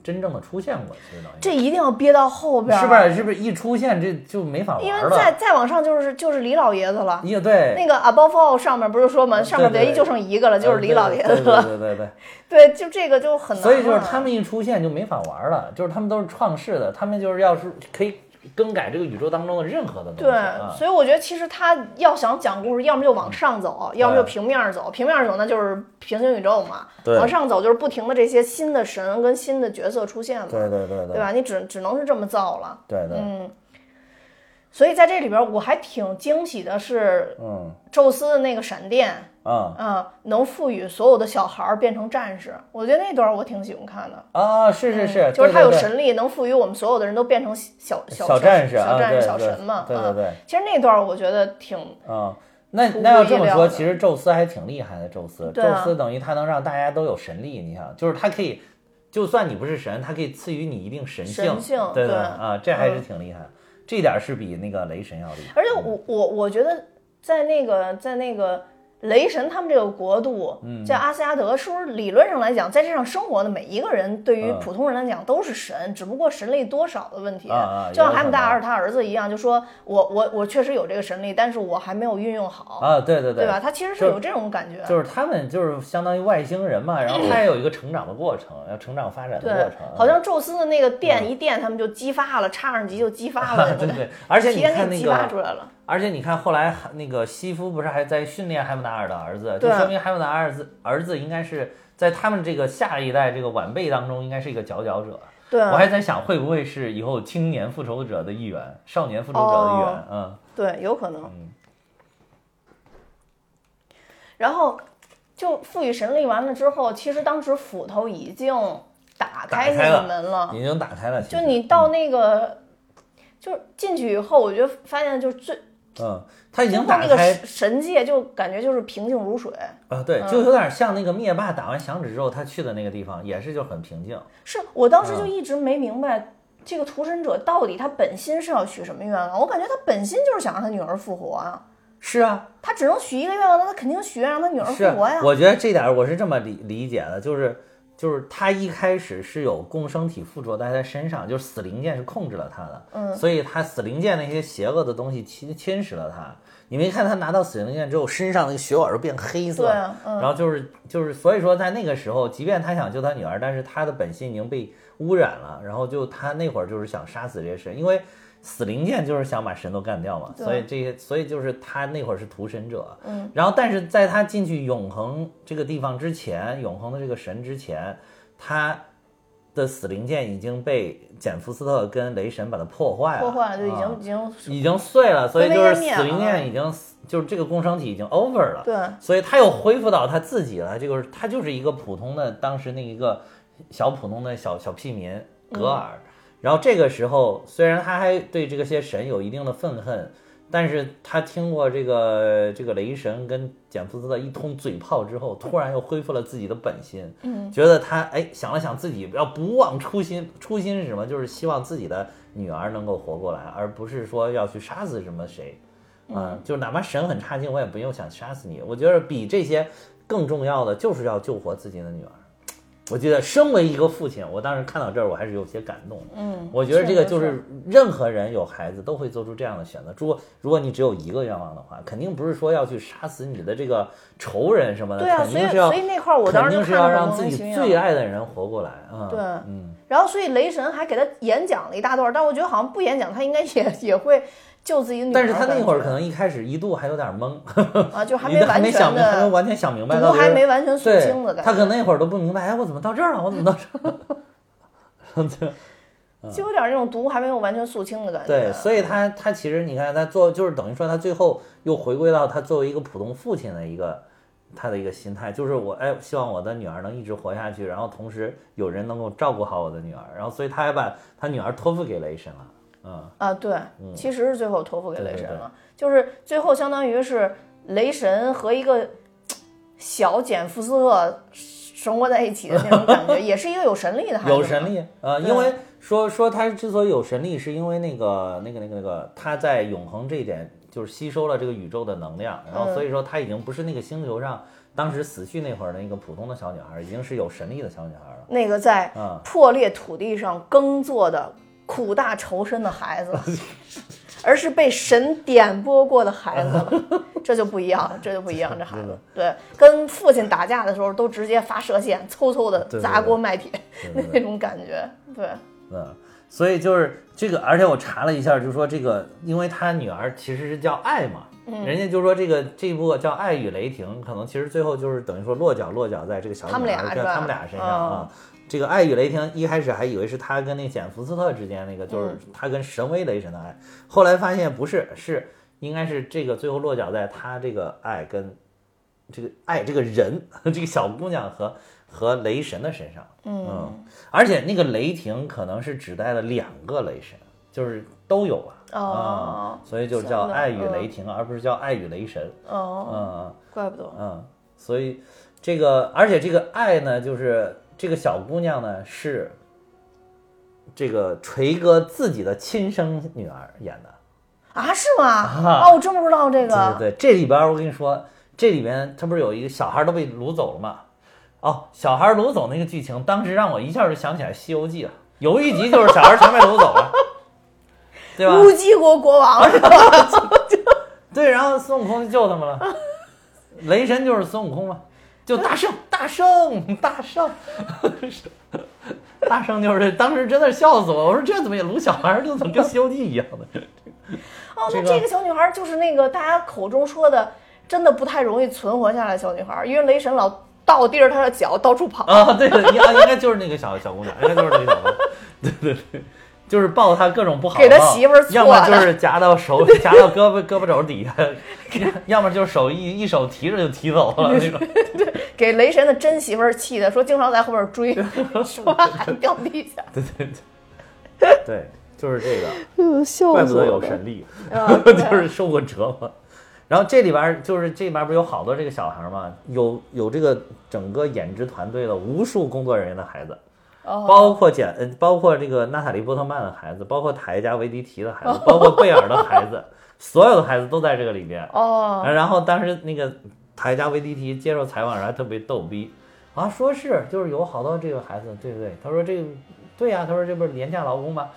B: 真正的出现过，其实等于
A: 这一定要憋到后边，
B: 是不？是是不是一出现这就没法玩
A: 因
B: 儿
A: 为再
B: 了？
A: 再往上就是就是李老爷子了。
B: 也对，
A: 那个 Above All 上面不是说嘛，上面
B: 嗯对对
A: 唯一就剩一个了，就是李老爷
B: 呃
A: 子
B: 对对
A: 了。
B: 对对对。
A: 对，就这个就很难了。
B: 所以就是他们一出现就没法玩了，就是他们都是创世的，他们就是要是可以更改这个宇宙当中的任何的东西。
A: 对
B: 啊，
A: 所以我觉得其实他要想讲故事，要么就往上走，要么就平面走。平面走那就是平行宇宙嘛，
B: 对
A: 往上走就是不停的这些新的神跟新的角色出现嘛，
B: 对对对
A: 对吧？你只只能是这么造了。嗯
B: 对对，
A: 所以在这里边，我还挺惊喜的是，
B: 嗯
A: 宙斯的那个闪电，
B: 啊
A: 嗯，能赋予所有的小孩儿变成战士。我觉得那段我挺喜欢看的，
B: 啊，是是是，
A: 嗯就是他
B: 对
A: 有
B: 对对
A: 神力，能赋予我们所有的人都变成小小
B: 小战士
A: 小
B: 啊，
A: 战
B: 对
A: 士、
B: 对
A: 小神嘛。
B: 对对
A: 嗯
B: 对，
A: 其实那段我觉得挺，
B: 啊。那
A: 出乎
B: 那要这
A: 意
B: 么
A: 料
B: 说，
A: 的
B: 其实宙斯还挺厉害的。宙斯，宙
A: 对啊
B: 斯等于他能让大家都有神力，你想，就是他可以，就算你不是神，他可以赐予你一定神性，
A: 神性
B: 对
A: 对嗯
B: 啊，这还是挺厉害，这点是比那个雷神要厉害。
A: 而且我我我觉得在那个在那个雷神他们这个国度，
B: 嗯
A: 在阿斯加德，是不是理论上来讲，在这上生活的每一个人，对于
B: 嗯
A: 普通人来讲都是神，只不过神力多少的问题。
B: 啊啊
A: 就像
B: 有
A: 海姆大
B: 可能
A: 二他儿子一样，就说我我我确实有这个神力，但是我还没有运用好，
B: 啊，对对
A: 对吧？他其实是
B: 就
A: 有这种感觉。
B: 就是他们就是相当于外星人嘛，然后他也有一个成长的过程，要成长发展的
A: 对
B: 过程，，嗯
A: 好像宙斯的那个电一电，他们就激发了，差上级就激发了，
B: 对对，而且
A: 提
B: 你
A: 前给
B: 看那
A: 激发出
B: 个，
A: 来了。
B: 而且你看后来还那个西夫不是还在训练海姆达尔的儿子，就
A: 对
B: 说明海姆达尔儿子儿子应该是在他们这个下一代这个晚辈当中应该是一个佼佼者。
A: 对，
B: 我还在想会不会是以后青年复仇者的一员，少年复仇者的一员，嗯。
A: 对，有可能。
B: 嗯
A: 然后就赋予神力完了之后，其实当时斧头已经打开
B: 打开
A: 那
B: 了嗯
A: 个门了，
B: 已经打开了，其
A: 就
B: 实
A: 你到那个。就是进去以后，我就发现，就是最
B: 嗯，他已
A: 最
B: 经
A: 后
B: 打
A: 那个
B: 开
A: 神神界，就感觉就是平静如水，
B: 啊，对，
A: 嗯
B: 就有点像那个灭霸打完响指之后他去的那个地方，也是就很平静。
A: 是我当
B: 嗯
A: 时就一直没明白，这个屠神者到底他本心是要许什么愿望？我感觉他本心就是想让他女儿复活啊，
B: 是啊，
A: 他只能许一个愿望，那他肯定许愿让他女儿
B: 是
A: 复活呀
B: 啊，。我觉得这点儿我是这么理理解的，就是就是他一开始是有共生体附着在他身上，就是死灵剑是控制了他的，嗯，所以他死灵剑那些邪恶的东西侵侵蚀了他。你没看他拿到死灵剑之后，身上那个血管儿变黑色，
A: 对啊嗯
B: 然后就是就是，所以说在那个时候，即便他想救他女儿，但是他的本性已经被污染了，然后就他那会儿就是想杀死这些神，因为死灵剑就是想把神都干掉嘛，
A: 对
B: 所以这些，所以就是他那会儿是屠神者，
A: 嗯，
B: 然后但是在他进去永恒这个地方之前，永恒的这个神之前，他的死灵剑已经被简福斯特跟雷神把它破坏了，
A: 破坏了就已经、
B: 啊
A: 已经
B: 已经碎了，所以
A: 灰飞
B: 就是
A: 烟灭
B: 死灵
A: 了
B: 剑已经死就是这个共生体已经 over 了，
A: 对
B: 所以他又恢复到他自己了，这个他就是一个普通的当时那一个小普通的小小屁民格尔。然后这个时候，虽然他还对这个些神有一定的愤恨，但是他听过这个这个雷神跟简福斯的一通嘴炮之后，突然又恢复了自己的本心，嗯，觉得他哎想了想自己要不忘初心，初心是什么？就是希望自己的女儿能够活过来，而不是说要去杀死什么谁，嗯，就哪怕神很差劲，我也不用想杀死你。我觉得比这些更重要的就是要救活自己的女儿。我觉得身为一个父亲，我当时看到这儿，我还是有些感动的。
A: 嗯，
B: 我觉得这个
A: 是
B: 就是是任何人有孩子都会做出这样的选择。如果如果你只有一个愿望的话，肯定不是说要去杀死你的这个仇人什么的，
A: 对啊，
B: 肯
A: 所
B: 定
A: 以
B: 是要
A: 所以那块儿我当
B: 肯
A: 时
B: 定
A: 就是看
B: 要
A: 了
B: 让
A: 恐龙
B: 自
A: 的
B: 己
A: 心愿
B: 最爱的人活过来啊。
A: 对，
B: 嗯，
A: 然后所以雷神还给他演讲了一大段，但我觉得好像不演讲他应该也也会救自己的女儿。
B: 但是他那会儿可能一开始一度还有点懵，
A: 啊，就还
B: 你
A: 没
B: 都还
A: 完
B: 没
A: 全
B: 想明，还没
A: 的
B: 完全想明白
A: 毒
B: 到底
A: 还
B: 是
A: 没完全肃
B: 对，
A: 清的感觉。
B: 他可能那会儿都不明白，哎，我怎么到这 儿了？我怎么到这儿了？
A: 就有点那种毒还没有完全肃清的感觉。
B: 嗯
A: 啊
B: 对，所以他他其实你看他做就是等于说他最后又回归到他作为一个普通父亲的一个他的一个心态，就是我哎希望我的女儿能一直活下去，然后同时有人能够照顾好我的女儿，然后所以他还把他女儿托付给雷神了，嗯，
A: 啊，对，其实是最后托付给
B: 对
A: 雷
B: 对
A: 神
B: 对
A: 了，就是最后相当于是雷神和一个小简福斯特生活在一起的那种 感觉，也是一个有神力的孩子，
B: 有神，力，呃，
A: 对
B: 因为说说他之所以有神力，是因为那个那个那个那个他在永恒这一点就是吸收了这个宇宙的能量，然后所以说他已经不是那个星球上当时死去那会儿的那个普通的小女孩，已经是有神力的小女孩了。
A: 那个在
B: 嗯
A: 破裂土地上耕作的苦大仇深的孩子， 而是被神点拨过的孩子 了，这就不一样，这就不一样，这孩子对，跟父亲打架的时候都直接发射线，嗖嗖的
B: 对对
A: 砸锅卖铁
B: 对对
A: 那种感觉，对，
B: 嗯，所以就是这个，而且我查了一下，就说这个，因为他女儿其实是叫爱嘛，
A: 嗯
B: 人家就说这个这部叫《爱与雷霆》，可能其实最后就是等于说落脚落脚在这个小女
A: 他们俩是
B: 孩跟
A: 吧嗯
B: 他们俩身上啊。这个《爱与雷霆》一开始还以为是他跟那简福斯特之间那个，
A: 嗯
B: 就是他跟神威雷神的爱，后来发现不是，是应该是这个最后落脚在他这个爱跟这个爱这个人 这个小姑娘和和雷神的身上，嗯，而且那个雷霆可能是指代了两个雷神，就是都有了。
A: 哦
B: 嗯，所以就叫
A: 行了
B: 爱与
A: 嗯
B: 雷霆，而不是叫爱与雷神。
A: 哦，
B: 嗯，
A: 怪不得，
B: 嗯，所以这个，而且这个爱呢，就是这个小姑娘呢是这个锤哥自己的亲生女儿演的。
A: 啊，是吗？
B: 啊
A: 哦，我真不知道这个。
B: 对对对，这里边儿我跟你说，这里边他不是有一个小孩都被掳走了吗？哦，小孩掳走那个剧情，当时让我一下就想起来《西游记》了，有一集就是小孩全被掳走了， 对吧？啊
A: 乌鸡国国王，
B: 对，然后孙悟空就救他们了，雷神就是孙悟空嘛，就大圣，大圣，大圣， 大圣就是当时真的笑死我，我说这怎么也掳小孩儿，就怎么跟《西游记》一样的？
A: 哦，那
B: 这个
A: 这个小女孩就是那个大家口中说的，真的不太容易存活下来的小女孩，因为雷神老倒地着她的脚到处跑。
B: 啊，对对，应啊应该就是那个小小姑娘，应该就是那个小姑娘，对对对，就是抱她各种不好的
A: 给她
B: 报
A: 媳妇儿
B: 要么
A: 错
B: 就
A: 的
B: 是夹到手夹到胳膊胳膊肘底下，要要么就是手一一手提着就提走了那种。
A: 给雷神的真媳妇儿气的，说经常在后边 追，说话还掉地下，
B: 对对对，对，就是这 个，
A: 笑
B: 怪不得有神力，
A: 啊
B: 就是受过折磨。然后这里边儿就是这里边儿不是有好多这个小孩儿嘛，有有这个整个演职团队的无数工作人员的孩子，
A: 哦，
B: 包括简，呃包括这个娜塔莉波特曼的孩子，包括塔耶加维迪奇的孩子，包括贝尔的孩子， 所有的孩子都在这个里边。
A: 哦，
B: 然后当时那个塔耶加维迪奇接受采访时还特别逗逼啊，说是就是有好多这个孩子，对不对？他说这个对呀、他说这不是廉价劳工吗？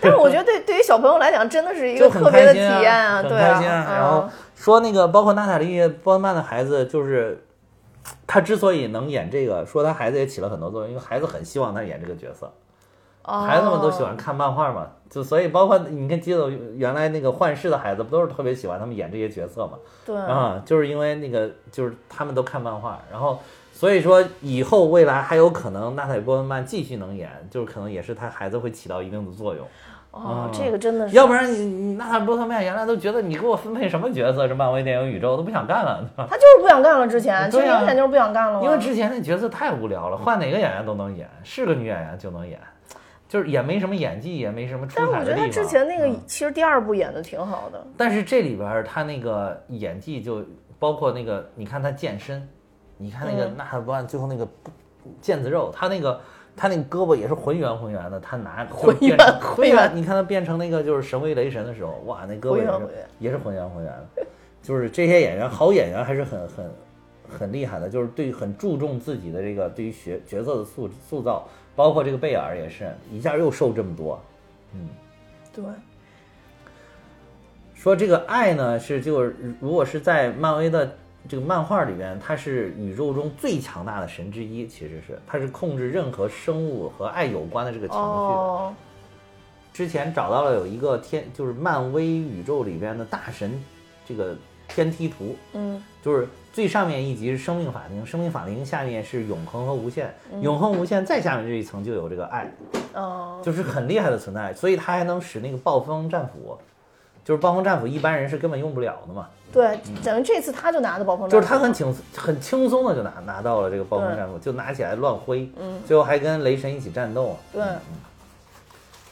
A: 但是我觉得对对于小朋友来讲，真的是一
B: 就
A: 个
B: 很
A: 哎特别
B: 开
A: 的
B: 心
A: 体验啊，
B: 很
A: 对
B: 开
A: 啊，
B: 心
A: 嗯
B: 然后说那个，包括娜塔莉波特曼的孩子，就是他之所以能演这个，说他孩子也起了很多作用，因为孩子很希望他演这个角色。
A: 嗯
B: 孩子们都喜
A: 哦
B: 欢看漫画嘛，就所以包括你看，记得原来那个幻视的孩子不都是特别喜欢他们演这些角色嘛？
A: 对，
B: 啊，就是因为那个就是他们都看漫画，然后所以说以后未来还有可能娜塔莉波特曼继续能演，就是可能也是他孩子会起到一定的作用，
A: 哦，这个真的是，
B: 要不然你你娜塔莉波特曼原来都觉得你给我分配什么角色是漫威电影宇宙我都不想干了，
A: 他就是不想干了，之前其实
B: 对啊
A: 明显就是不想干了嘛，
B: 因为之前那角色太无聊了，换哪个演员都能演，是个女演员就能演，就是也没什么演技，也没什么出
A: 但是我
B: 彩
A: 觉
B: 的
A: 得
B: 地方。
A: 他之前那个
B: 嗯
A: 其实第二部演的挺好的，
B: 但是这里边儿他那个演技就包括那个，你看他健身，你看那个纳塔波最后那个腱子肉，他那个他那个胳膊也是浑圆浑圆的，他拿
A: 浑圆
B: 浑
A: 浑
B: 圆
A: 圆，
B: 啊你看他变成那个就是神威雷神的时候，哇，那胳膊
A: 浑圆
B: 也是
A: 浑圆
B: 也是浑圆浑圆的，就是这些演员好演员还是很 很。很厉害的，就是对很注重自己的这个对于角角色的塑塑造，包括这个贝尔也是一下又瘦这么多，
A: 对，
B: 说这个爱呢是就是如果是在漫威的这个漫画里边，它是宇宙中最强大的神之一，其实是它是控制任何生物和爱有关的这个情绪的。
A: 哦，
B: 之前找到了有一个天，就是漫威宇宙里边的大神这个天梯图，
A: 嗯，
B: 就是最上面一级是生命法庭，生命法庭下面是永恒和无限，永恒无限再下面这一层就有这个爱。
A: 哦，
B: 就是很厉害的存在，所以他还能使那个暴风战斧，就是暴风战斧一般人是根本用不了的嘛，
A: 对，等于这次他就拿的暴风战，
B: 嗯就是他很轻很轻松的就拿拿到了这个暴风战斧，就拿起来乱挥，
A: 嗯
B: 最后还跟雷神一起战斗，
A: 对，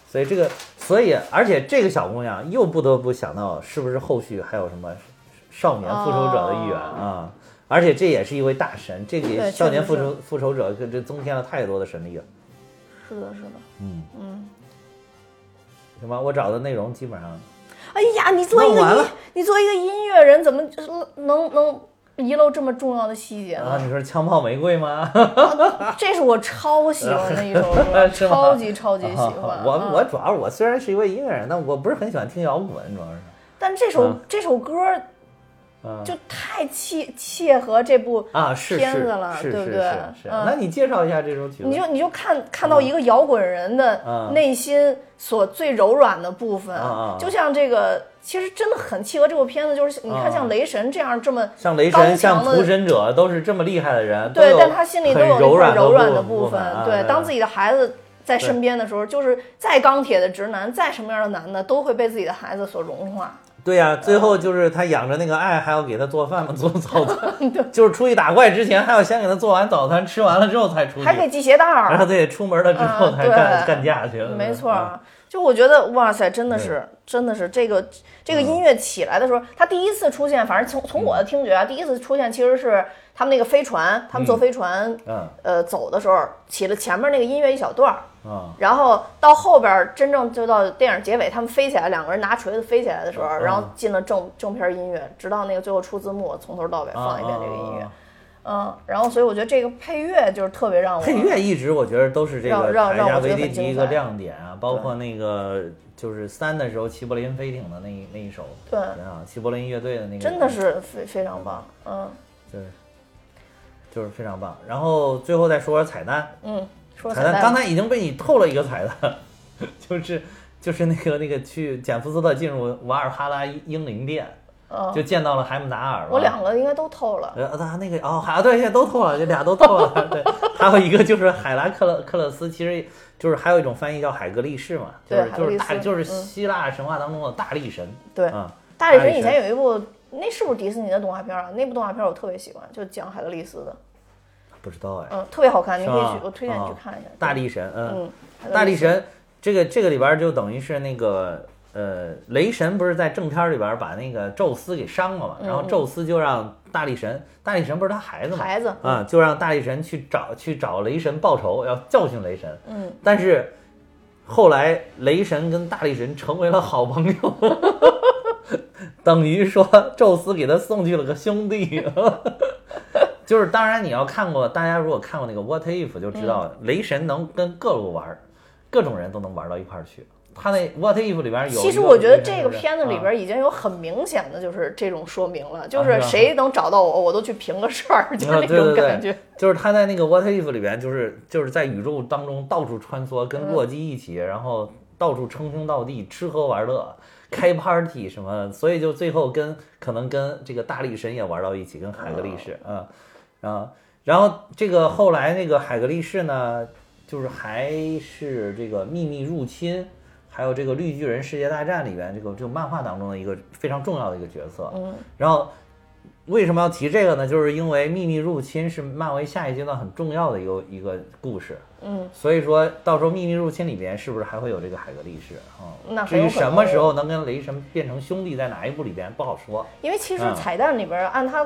B: 所以这个，所以而且这个小姑娘又不得不想到，是不是后续还有什么少年复仇者的一员啊？而且这也是一位大神，这
A: 哦对
B: 给
A: 确实
B: 少年复仇复仇者这增添了太多的神力了，
A: 是的，是的。
B: 行吧？我找的内容基本上
A: 哎呀，你作为一个
B: 弄完
A: 音
B: 了，
A: 你作为一个音乐人，怎么能能遗漏这么重要的细节
B: 啊，
A: 呢？
B: 你说枪炮玫瑰吗？
A: 这是我超喜欢的一首歌，
B: 啊 是吗
A: 超级超级喜
B: 啊
A: 欢。
B: 我
A: 嗯
B: 我主要我虽然是一位音乐人，但我不是很喜欢听摇滚，主要是。
A: 但这首
B: 啊
A: 这首歌
B: 啊
A: 就太切切合这部
B: 啊，是
A: 片
B: 是
A: 子了
B: 是
A: 对
B: 是
A: 不对
B: 是是。
A: 嗯
B: 那你介绍一下这首曲子？
A: 你就你就看看到一个摇滚人的
B: 嗯
A: 内心所最柔软的部分，啊
B: 嗯嗯嗯
A: 就像这个，其实真的很契合这部片子。就是你看，
B: 嗯嗯
A: 像雷神这样这么
B: 像雷
A: 刚
B: 神、像
A: 强的
B: 屠神者都是这么厉害的人，
A: 对
B: 都，有
A: 但他心里都有那
B: 很柔
A: 块柔软
B: 软
A: 的
B: 部
A: 分。
B: 啊
A: 对，当自
B: 己
A: 己的孩子在身边的时候，就是再钢铁的直男，再什么样的男的，都会被自己的孩子所融化。
B: 对呀，
A: 嗯
B: 最后就是他养着那个爱，还要给他做饭嘛，做 早 餐，就是出去打怪之前，还要先给他做完早餐，吃完了之后才出去，
A: 还给系鞋带
B: 然后
A: 儿，
B: 对出门了之后
A: 啊
B: 才干
A: 对
B: 干架去，
A: 没错儿，
B: 啊
A: 就我觉得，哇塞，真的是，真的是这个这个
B: 嗯
A: 音乐起来的时候，它第一次出现，反正从从我的听觉啊，第一次出现其实是他们那个飞船，他们坐飞船，
B: 嗯
A: 呃，走的时候起了前面那个音乐一小段儿，
B: 啊，
A: 然后到后边儿真正就到电影结尾，他们飞起来，两个人拿锤子飞起来的时候，
B: 嗯
A: 然后进了正正片音乐，直到那个最后出字幕，从头到尾放一遍这个音乐嗯，
B: 啊，，
A: 然后所以我觉得这个配乐就是特别让我
B: 配乐一直我觉得都是这个
A: 嗯让让
B: 台
A: 让
B: 下
A: 我觉得
B: 维
A: 很
B: 迪奇一
A: 精
B: 个
A: 彩
B: 亮点啊，包括那个就是三的时候齐柏林飞艇的那一那一首，
A: 对
B: 啊，齐柏林乐队的那个
A: 真的是非非常棒，嗯
B: 对，就是非常棒。然后最后再说说彩蛋，
A: 嗯，说
B: 彩
A: 彩蛋
B: 蛋刚
A: 吧
B: 才已经被你透了一个彩蛋， 就是就是那个那个去简福斯特进入瓦尔哈拉英灵殿，
A: 嗯，
B: 就见到了海姆达尔嘛。
A: 我两个应该都透了，
B: 啊呃，他那个哦，海对，现在都透了，这俩都透了。对，还有一个就是海拉克勒克勒斯，其实就是还有一种翻译叫海格力士嘛，就
A: 对海
B: 是
A: 格
B: 就是
A: 力
B: 大
A: 斯
B: 就是
A: 嗯
B: 希腊神话当中的大力神。
A: 对
B: 啊，
A: 大力神以前有一部，那是不是迪士尼的动画片啊？那部动画片我特别喜欢，就讲海格力斯的，
B: 不知道哎，
A: 嗯，特别好看，你
B: 是
A: 可以
B: 吧
A: 去，我推荐你去
B: 啊
A: 看一下。
B: 大
A: 力，
B: 力神，嗯，
A: 嗯，海格
B: 大力
A: 力
B: 神这个这个里边就等于是那个呃，雷神不是在正片里边把那个宙斯给伤了嘛，然
A: 嗯
B: 后宙斯就让大力神，大力神不是他孩子嘛，
A: 孩子，
B: 啊，就让大力神去找去找雷神报仇，要教训雷神。
A: 嗯，
B: 但是后来雷神跟大力神成为了好朋友， 等于说宙斯给他送去了个兄弟。 就是当然你要看过，大家如果看过那个《What If》就知道，
A: 嗯
B: 雷神能跟各路玩儿，各种人都能玩到一块儿去。他那《What If》里边有一个雷神就是，
A: 其实我觉得这个片子里
B: 啊
A: 边已经有很明显的就是这种说明了，就
B: 啊是
A: 是
B: 吧啊
A: 谁能找到我，我都去评个事儿，就是那
B: 对对
A: 种
B: 对
A: 感觉。
B: 就是他在那个 What If 里边，就是就是在宇宙当中到处穿梭，跟
A: 嗯
B: 洛基一起，然后到处称兄道弟，吃喝玩乐，开 party 什么，所以就最后跟可能跟这个大力神也玩到一起，跟海格力士
A: 嗯
B: 啊啊，然后这个后来那个海格力士呢，就是还是这个秘密入侵。还有这个绿巨人世界大战里边这个这个漫画当中的一个非常重要的一个角色，嗯，然后为什么要提这个呢？就是因为《秘密入侵》是漫威下一阶段很重要的一个一个故事，
A: 嗯，
B: 所以说到时候《秘密入侵》里边是不是还会有这个海格力士啊？
A: 那
B: 至
A: 很有
B: 于
A: 可能
B: 什么时候能跟雷神变成兄弟，在哪一部里边不好说。
A: 因为其实
B: 嗯
A: 彩蛋里边儿按它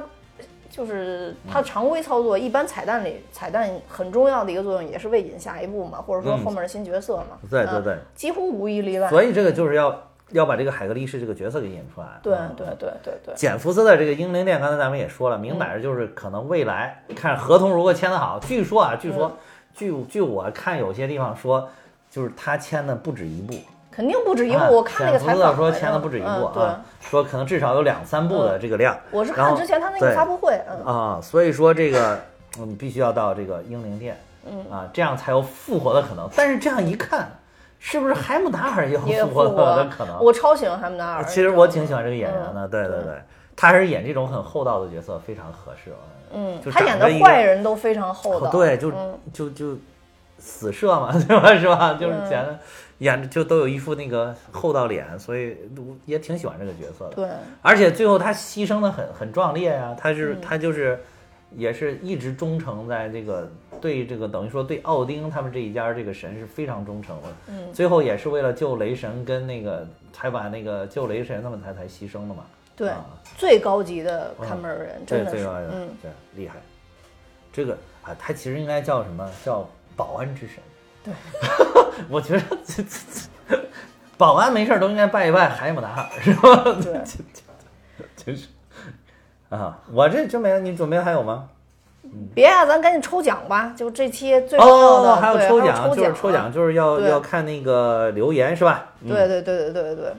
A: 就是它常规操作，一般彩蛋里彩蛋很重要的一个作用也是为引下一步嘛，或者说
B: 嗯
A: 后面的新角色嘛。
B: 对
A: 嗯
B: 对对，
A: 几乎无一例外。
B: 所以这个就是要要把这个海格力士这个角色给引出来。
A: 对
B: 嗯
A: 对对对对，
B: 简福斯的这个英灵殿，刚才咱们也说了，明摆着就是可能未来看合同如果签得好，据说啊，据说，据据我看有些地方说，就是他签的不止一部。
A: 肯定不止一部。
B: 啊
A: 我看那个采
B: 简福斯
A: 访
B: 说
A: 好像
B: 签的不止一部
A: 嗯
B: 啊，说可能至少有两三部的这个量。
A: 对，我是
B: 然
A: 看
B: 后
A: 之前他那
B: 对
A: 个发布会，嗯，
B: 啊，所以说这个嗯，必须要到这个英灵殿，嗯啊，这样才有复活的可能。但是这样一看，是不是海姆达尔也有
A: 嗯 也
B: 复
A: 复
B: 活的
A: 活
B: 可能？
A: 我超喜欢哈姆达尔。
B: 呃其实我挺喜欢这个演员
A: 嗯
B: 的，对对对，他是演这种很厚道的角色非常合适，我
A: 嗯
B: 就，
A: 他演的
B: 长得一个
A: 坏人都非常厚
B: 感觉
A: 道。
B: 对，就
A: 嗯
B: 就就死射嘛， 对吧？是吧？就是
A: 嗯
B: 显得演着就都有一副那个厚道脸，所以我也挺喜欢这个角色的。
A: 对，
B: 而且最后他牺牲的很很壮烈呀、他是、
A: 嗯
B: 他就是也是一直忠诚在这个对这个等于说对奥丁他们这一家这个神是非常忠诚的，
A: 嗯
B: 最后也是为了救雷神跟那个才把那个救雷神他们才才牺牲的嘛，
A: 对
B: 啊、嗯
A: 最高级的看门人，
B: 对
A: 真的
B: 最
A: 是，
B: 高的
A: 嗯，
B: 对厉害，这个啊他其实应该叫什么叫保安之神，
A: 对，
B: 我觉得这这这保安没事儿都应该拜一拜海姆达尔是吧？
A: 对。
B: 真是啊！我这真没了，你准备还有吗？
A: 别啊，咱赶紧抽奖吧！就这期最重要的，
B: 哦，还有
A: 对还
B: 抽
A: 有
B: 奖，就是抽奖，就是要
A: 对
B: 要看那个留言是吧？嗯
A: 对对对对对对对。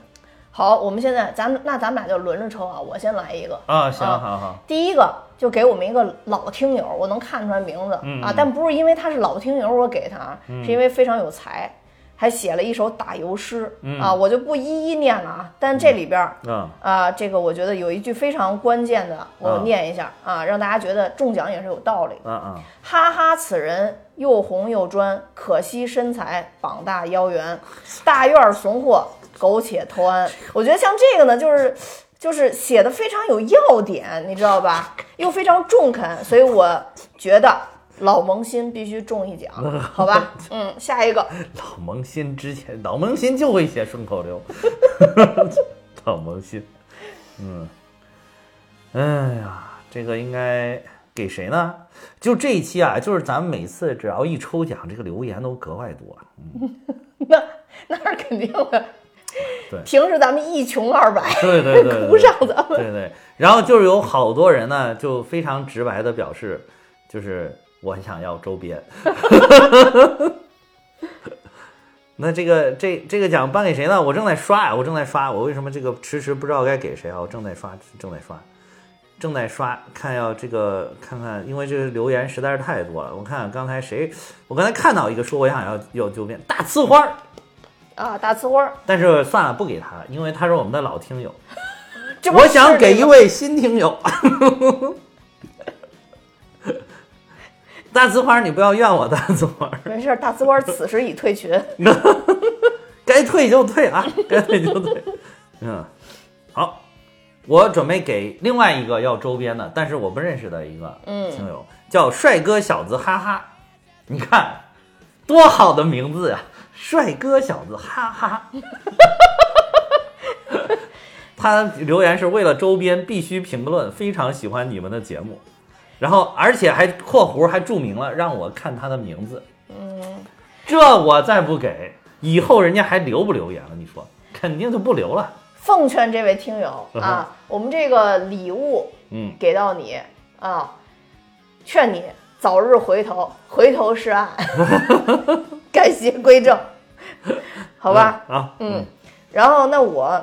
A: 好，我们现在咱们那咱们俩就轮着抽啊，我先来一个。
B: 啊，行，
A: 啊
B: 好好，
A: 第一个就给我们一个老听友，我能看出来名字、
B: 嗯
A: 啊，但不是因为他是老听友我给他啊，是因为非常有才，还写了一首打油诗、啊，我就不一一念了啊，但这里边儿。
B: 嗯，
A: 啊，这个我觉得有一句非常关键的，我
B: 啊
A: 念一下啊，让大家觉得中奖也是有道理的。
B: 啊啊，
A: 哈哈，此人又红又专，可惜身材膀大腰圆，大院儿怂货，苟且偷安。我觉得像这个呢，就是就是写的非常有要点，你知道吧？又非常中肯，所以我觉得老萌新必须中一 奖，好吧？嗯，下一个
B: 老萌新之前，老萌新就会写顺口溜， 老萌新，嗯，哎呀，这个应该给谁呢？就这一期啊，就是咱们每次只要一抽奖，这个留言都格外多，
A: 那那是肯定的。
B: 对
A: 平时咱们一穷二白，
B: 对对对对，
A: 不上咱们。
B: 对对，然后就是有好多人呢，就非常直白的表示，就是我很想要周边。 那这个这这个奖颁给谁呢？我正在刷呀，我正在刷，我为什么这个迟迟不知道该给谁啊？我正在刷，正在刷，正在刷，看要这个看看，因为这个留言实在是太多了。我看看刚才谁，我刚才看到一个说我想要要周边大刺花儿，
A: 啊，大呲花儿，
B: 但是算了不给他了，因为他是我们的老听友。
A: 这不
B: 我
A: 是
B: 想给
A: 那
B: 一
A: 个
B: 位新听友。 大呲花，你不要怨我，大呲花，
A: 没事儿，大呲花儿此时已退群。
B: 该退就退啊， 该退就退。嗯，好，我准备给另外一个要周边的，但是我不认识的一个听友，叫帅哥小子哈哈。你看，多好的名字呀、帅哥小子哈哈。 他留言是为了周边必须评论，非常喜欢你们的节目，然后而且还括弧还注明了让我看他的名字。嗯，这我再不给，以后人家还留不留言了？你说肯定就不留了。
A: 奉劝这位听友
B: 嗯哼
A: 啊，我们这个礼物
B: 嗯，
A: 给到你啊，劝你早日回头，回头是 岸，改邪归正，好吧？
B: 嗯啊，
A: 嗯，然后那我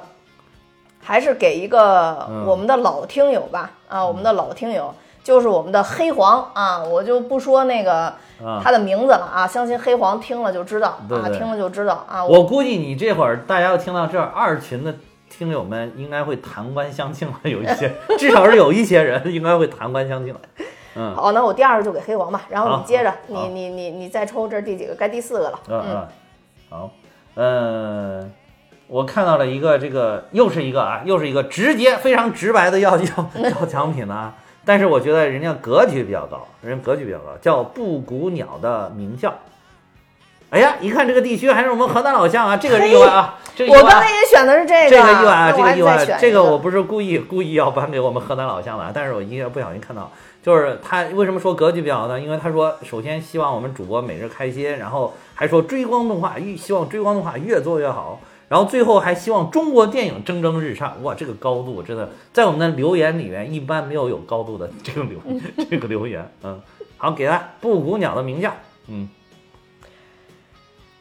A: 还是给一个
B: 嗯
A: 我们的老听友吧，啊，我们的老听友就是我们的黑黄啊，我就不说那个
B: 啊
A: 他的名字了啊，相信黑黄听了就知道
B: 对
A: 啊，
B: 对
A: 听了就知道啊，
B: 我估计你这会儿大家要听到这儿，二群的听友们应该会弹冠相庆了，有一些，至少是有一些人应该会弹冠相庆了。嗯
A: 哦好，那我第二个就给黑王吧，然后
B: 好
A: 你接着
B: 好，
A: 你
B: 好
A: 你你你再抽，这是第几个？该第四个了。
B: 嗯嗯，好，嗯，我看到了一个这个又是一个啊，又是一个直接非常直白的要 要要奖品啊，但是我觉得人家格局比较高，人家格局比较高，叫布谷鸟的鸣叫。哎呀，一看这个地区还是我们河南老乡啊，这个是意外啊，这个意
A: 哎我
B: 外啊
A: 刚才也选的是这
B: 这
A: 个
B: 个意外
A: 啊，
B: 啊，
A: 那
B: 这
A: 我还
B: 个意
A: 得
B: 外
A: 再
B: 啊，
A: 选
B: 这
A: 一
B: 个
A: 个
B: 我不是故意故意要颁给我们河南老乡的啊，但是我一个不小心看到，就是他为什么说格局比较好呢？因为他说，首先希望我们主播每日开心，然后还说追光动画，希望追光动画越做越好，然后最后还希望中国电影蒸蒸日上。哇，这个高度真的在我们的留言里面一般没有有高度的这 个留这个留言，嗯，好，给他布谷鸟的名叫，嗯，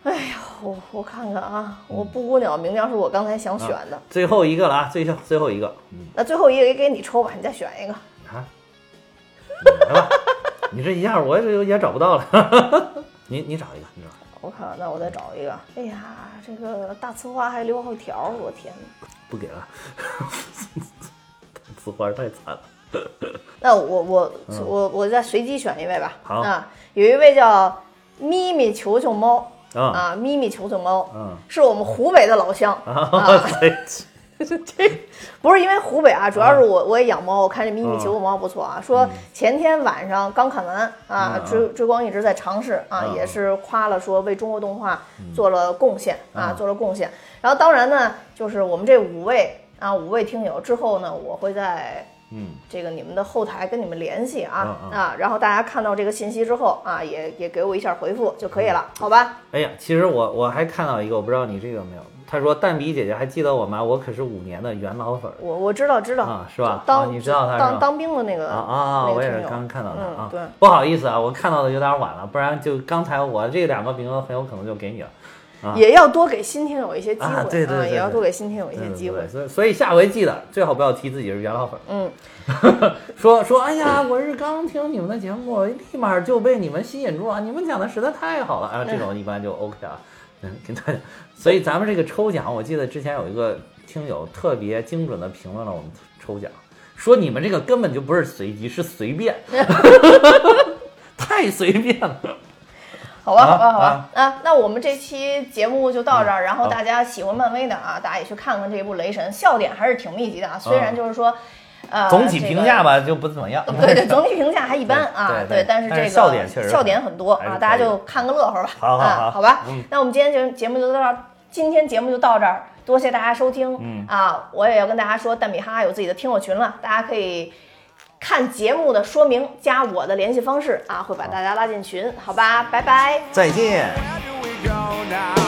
A: 哎我我看看啊，
B: 嗯
A: 我布谷鸟鸣叫是我刚才
B: 啊
A: 想选的，
B: 最后一个了啊，最后最后一个，嗯。
A: 那最后一个也给你抽吧，你再选一个。
B: 啊，你来吧，你这一下我也也找不到了。 你你找一个，你找一个
A: 我看看，那我再找一个。哎呀，这个大呲花还留好条儿，我天哪！
B: 不给了， 紫花太惨了。
A: 那我我我我再随机选一位吧。
B: 嗯好
A: 啊，有一位叫咪咪球球猫
B: 啊
A: 啊，咪咪球球猫
B: 嗯
A: 是我们湖北的老乡
B: 啊！ 对
A: 不是因为湖北啊，主要是我我也养猫，我看这咪咪
B: 啊
A: 球球猫不错啊。说前天晚上刚看完啊
B: 嗯，嗯
A: 追追光一直在尝试啊
B: 嗯，嗯
A: 也是夸了说为中国动画做了贡献啊，
B: 嗯
A: 做了贡献。然后当然呢，就是我们这五位啊五位听友之后呢，我会在
B: 嗯，
A: 这个你们的后台跟你们联系啊
B: 嗯嗯
A: 啊，然后大家看到这个信息之后啊，也也给我一下回复就可以了，好吧？
B: 哎呀，其实我我还看到一个，我不知道你这个没有。他说蛋比姐姐还记得我吗？我可是五年的元老粉儿
A: 我我知道知道
B: 啊，是吧？啊，
A: 当
B: 你知道他是
A: 当
B: 吧？
A: 当兵的那个
B: 啊啊！
A: 那
B: 我
A: 个
B: 也
A: 听
B: 是
A: 友
B: 刚看到他
A: 嗯
B: 啊，
A: 对，
B: 不好意思啊，我看到的有点晚了，不然就刚才我这两个名额很有可能就给你了。啊
A: 也要多给新听友一些机会，
B: 啊对对对
A: 嗯也要
B: 对
A: 多给新听友一
B: 对
A: 些
B: 对
A: 机会
B: 嗯对。所以所以下回记得最好不要提自己是元老粉。
A: 嗯，
B: 说说，哎 呀，我是刚听你们的节目，哎立马就被你们吸引住了，你们讲的实在太好了啊！这种一般就 OK 啊，嗯，给大家。所以咱们这个抽奖，我记得之前有一个听友特别精准的评论了我们抽奖，说你们这个根本就不是随机，是 随便，太随便了。
A: 好吧，
B: 啊
A: 好吧，好吧
B: 啊。
A: 啊，那我们这期节目就到这儿。然后
B: 嗯好
A: 大家喜欢漫威的啊，大家也去看看这一部《雷神》，笑点还是挺密集的啊。虽然就是说，呃，
B: 总体评价
A: 吧。
B: 吧就不怎么样。
A: 对对，总体评价还一般啊，
B: 对对
A: 但是
B: 但是
A: 这个
B: 笑点确实
A: 笑点很多
B: 还
A: 啊，
B: 是可以
A: 大家就看个乐呵吧。
B: 好好
A: 啊
B: 好
A: 好吧
B: 嗯，
A: 那我们今天节节目就到这儿，今天节目就到这儿，多谢大家收听。
B: 嗯
A: 啊，我也要跟大家说，蛋米哈哈有自己的听友群了，大家可以。看节目的说明，加我的联系方式啊，会把大家拉进群，好吧，拜拜。
B: 再见。
C: Where do we go now?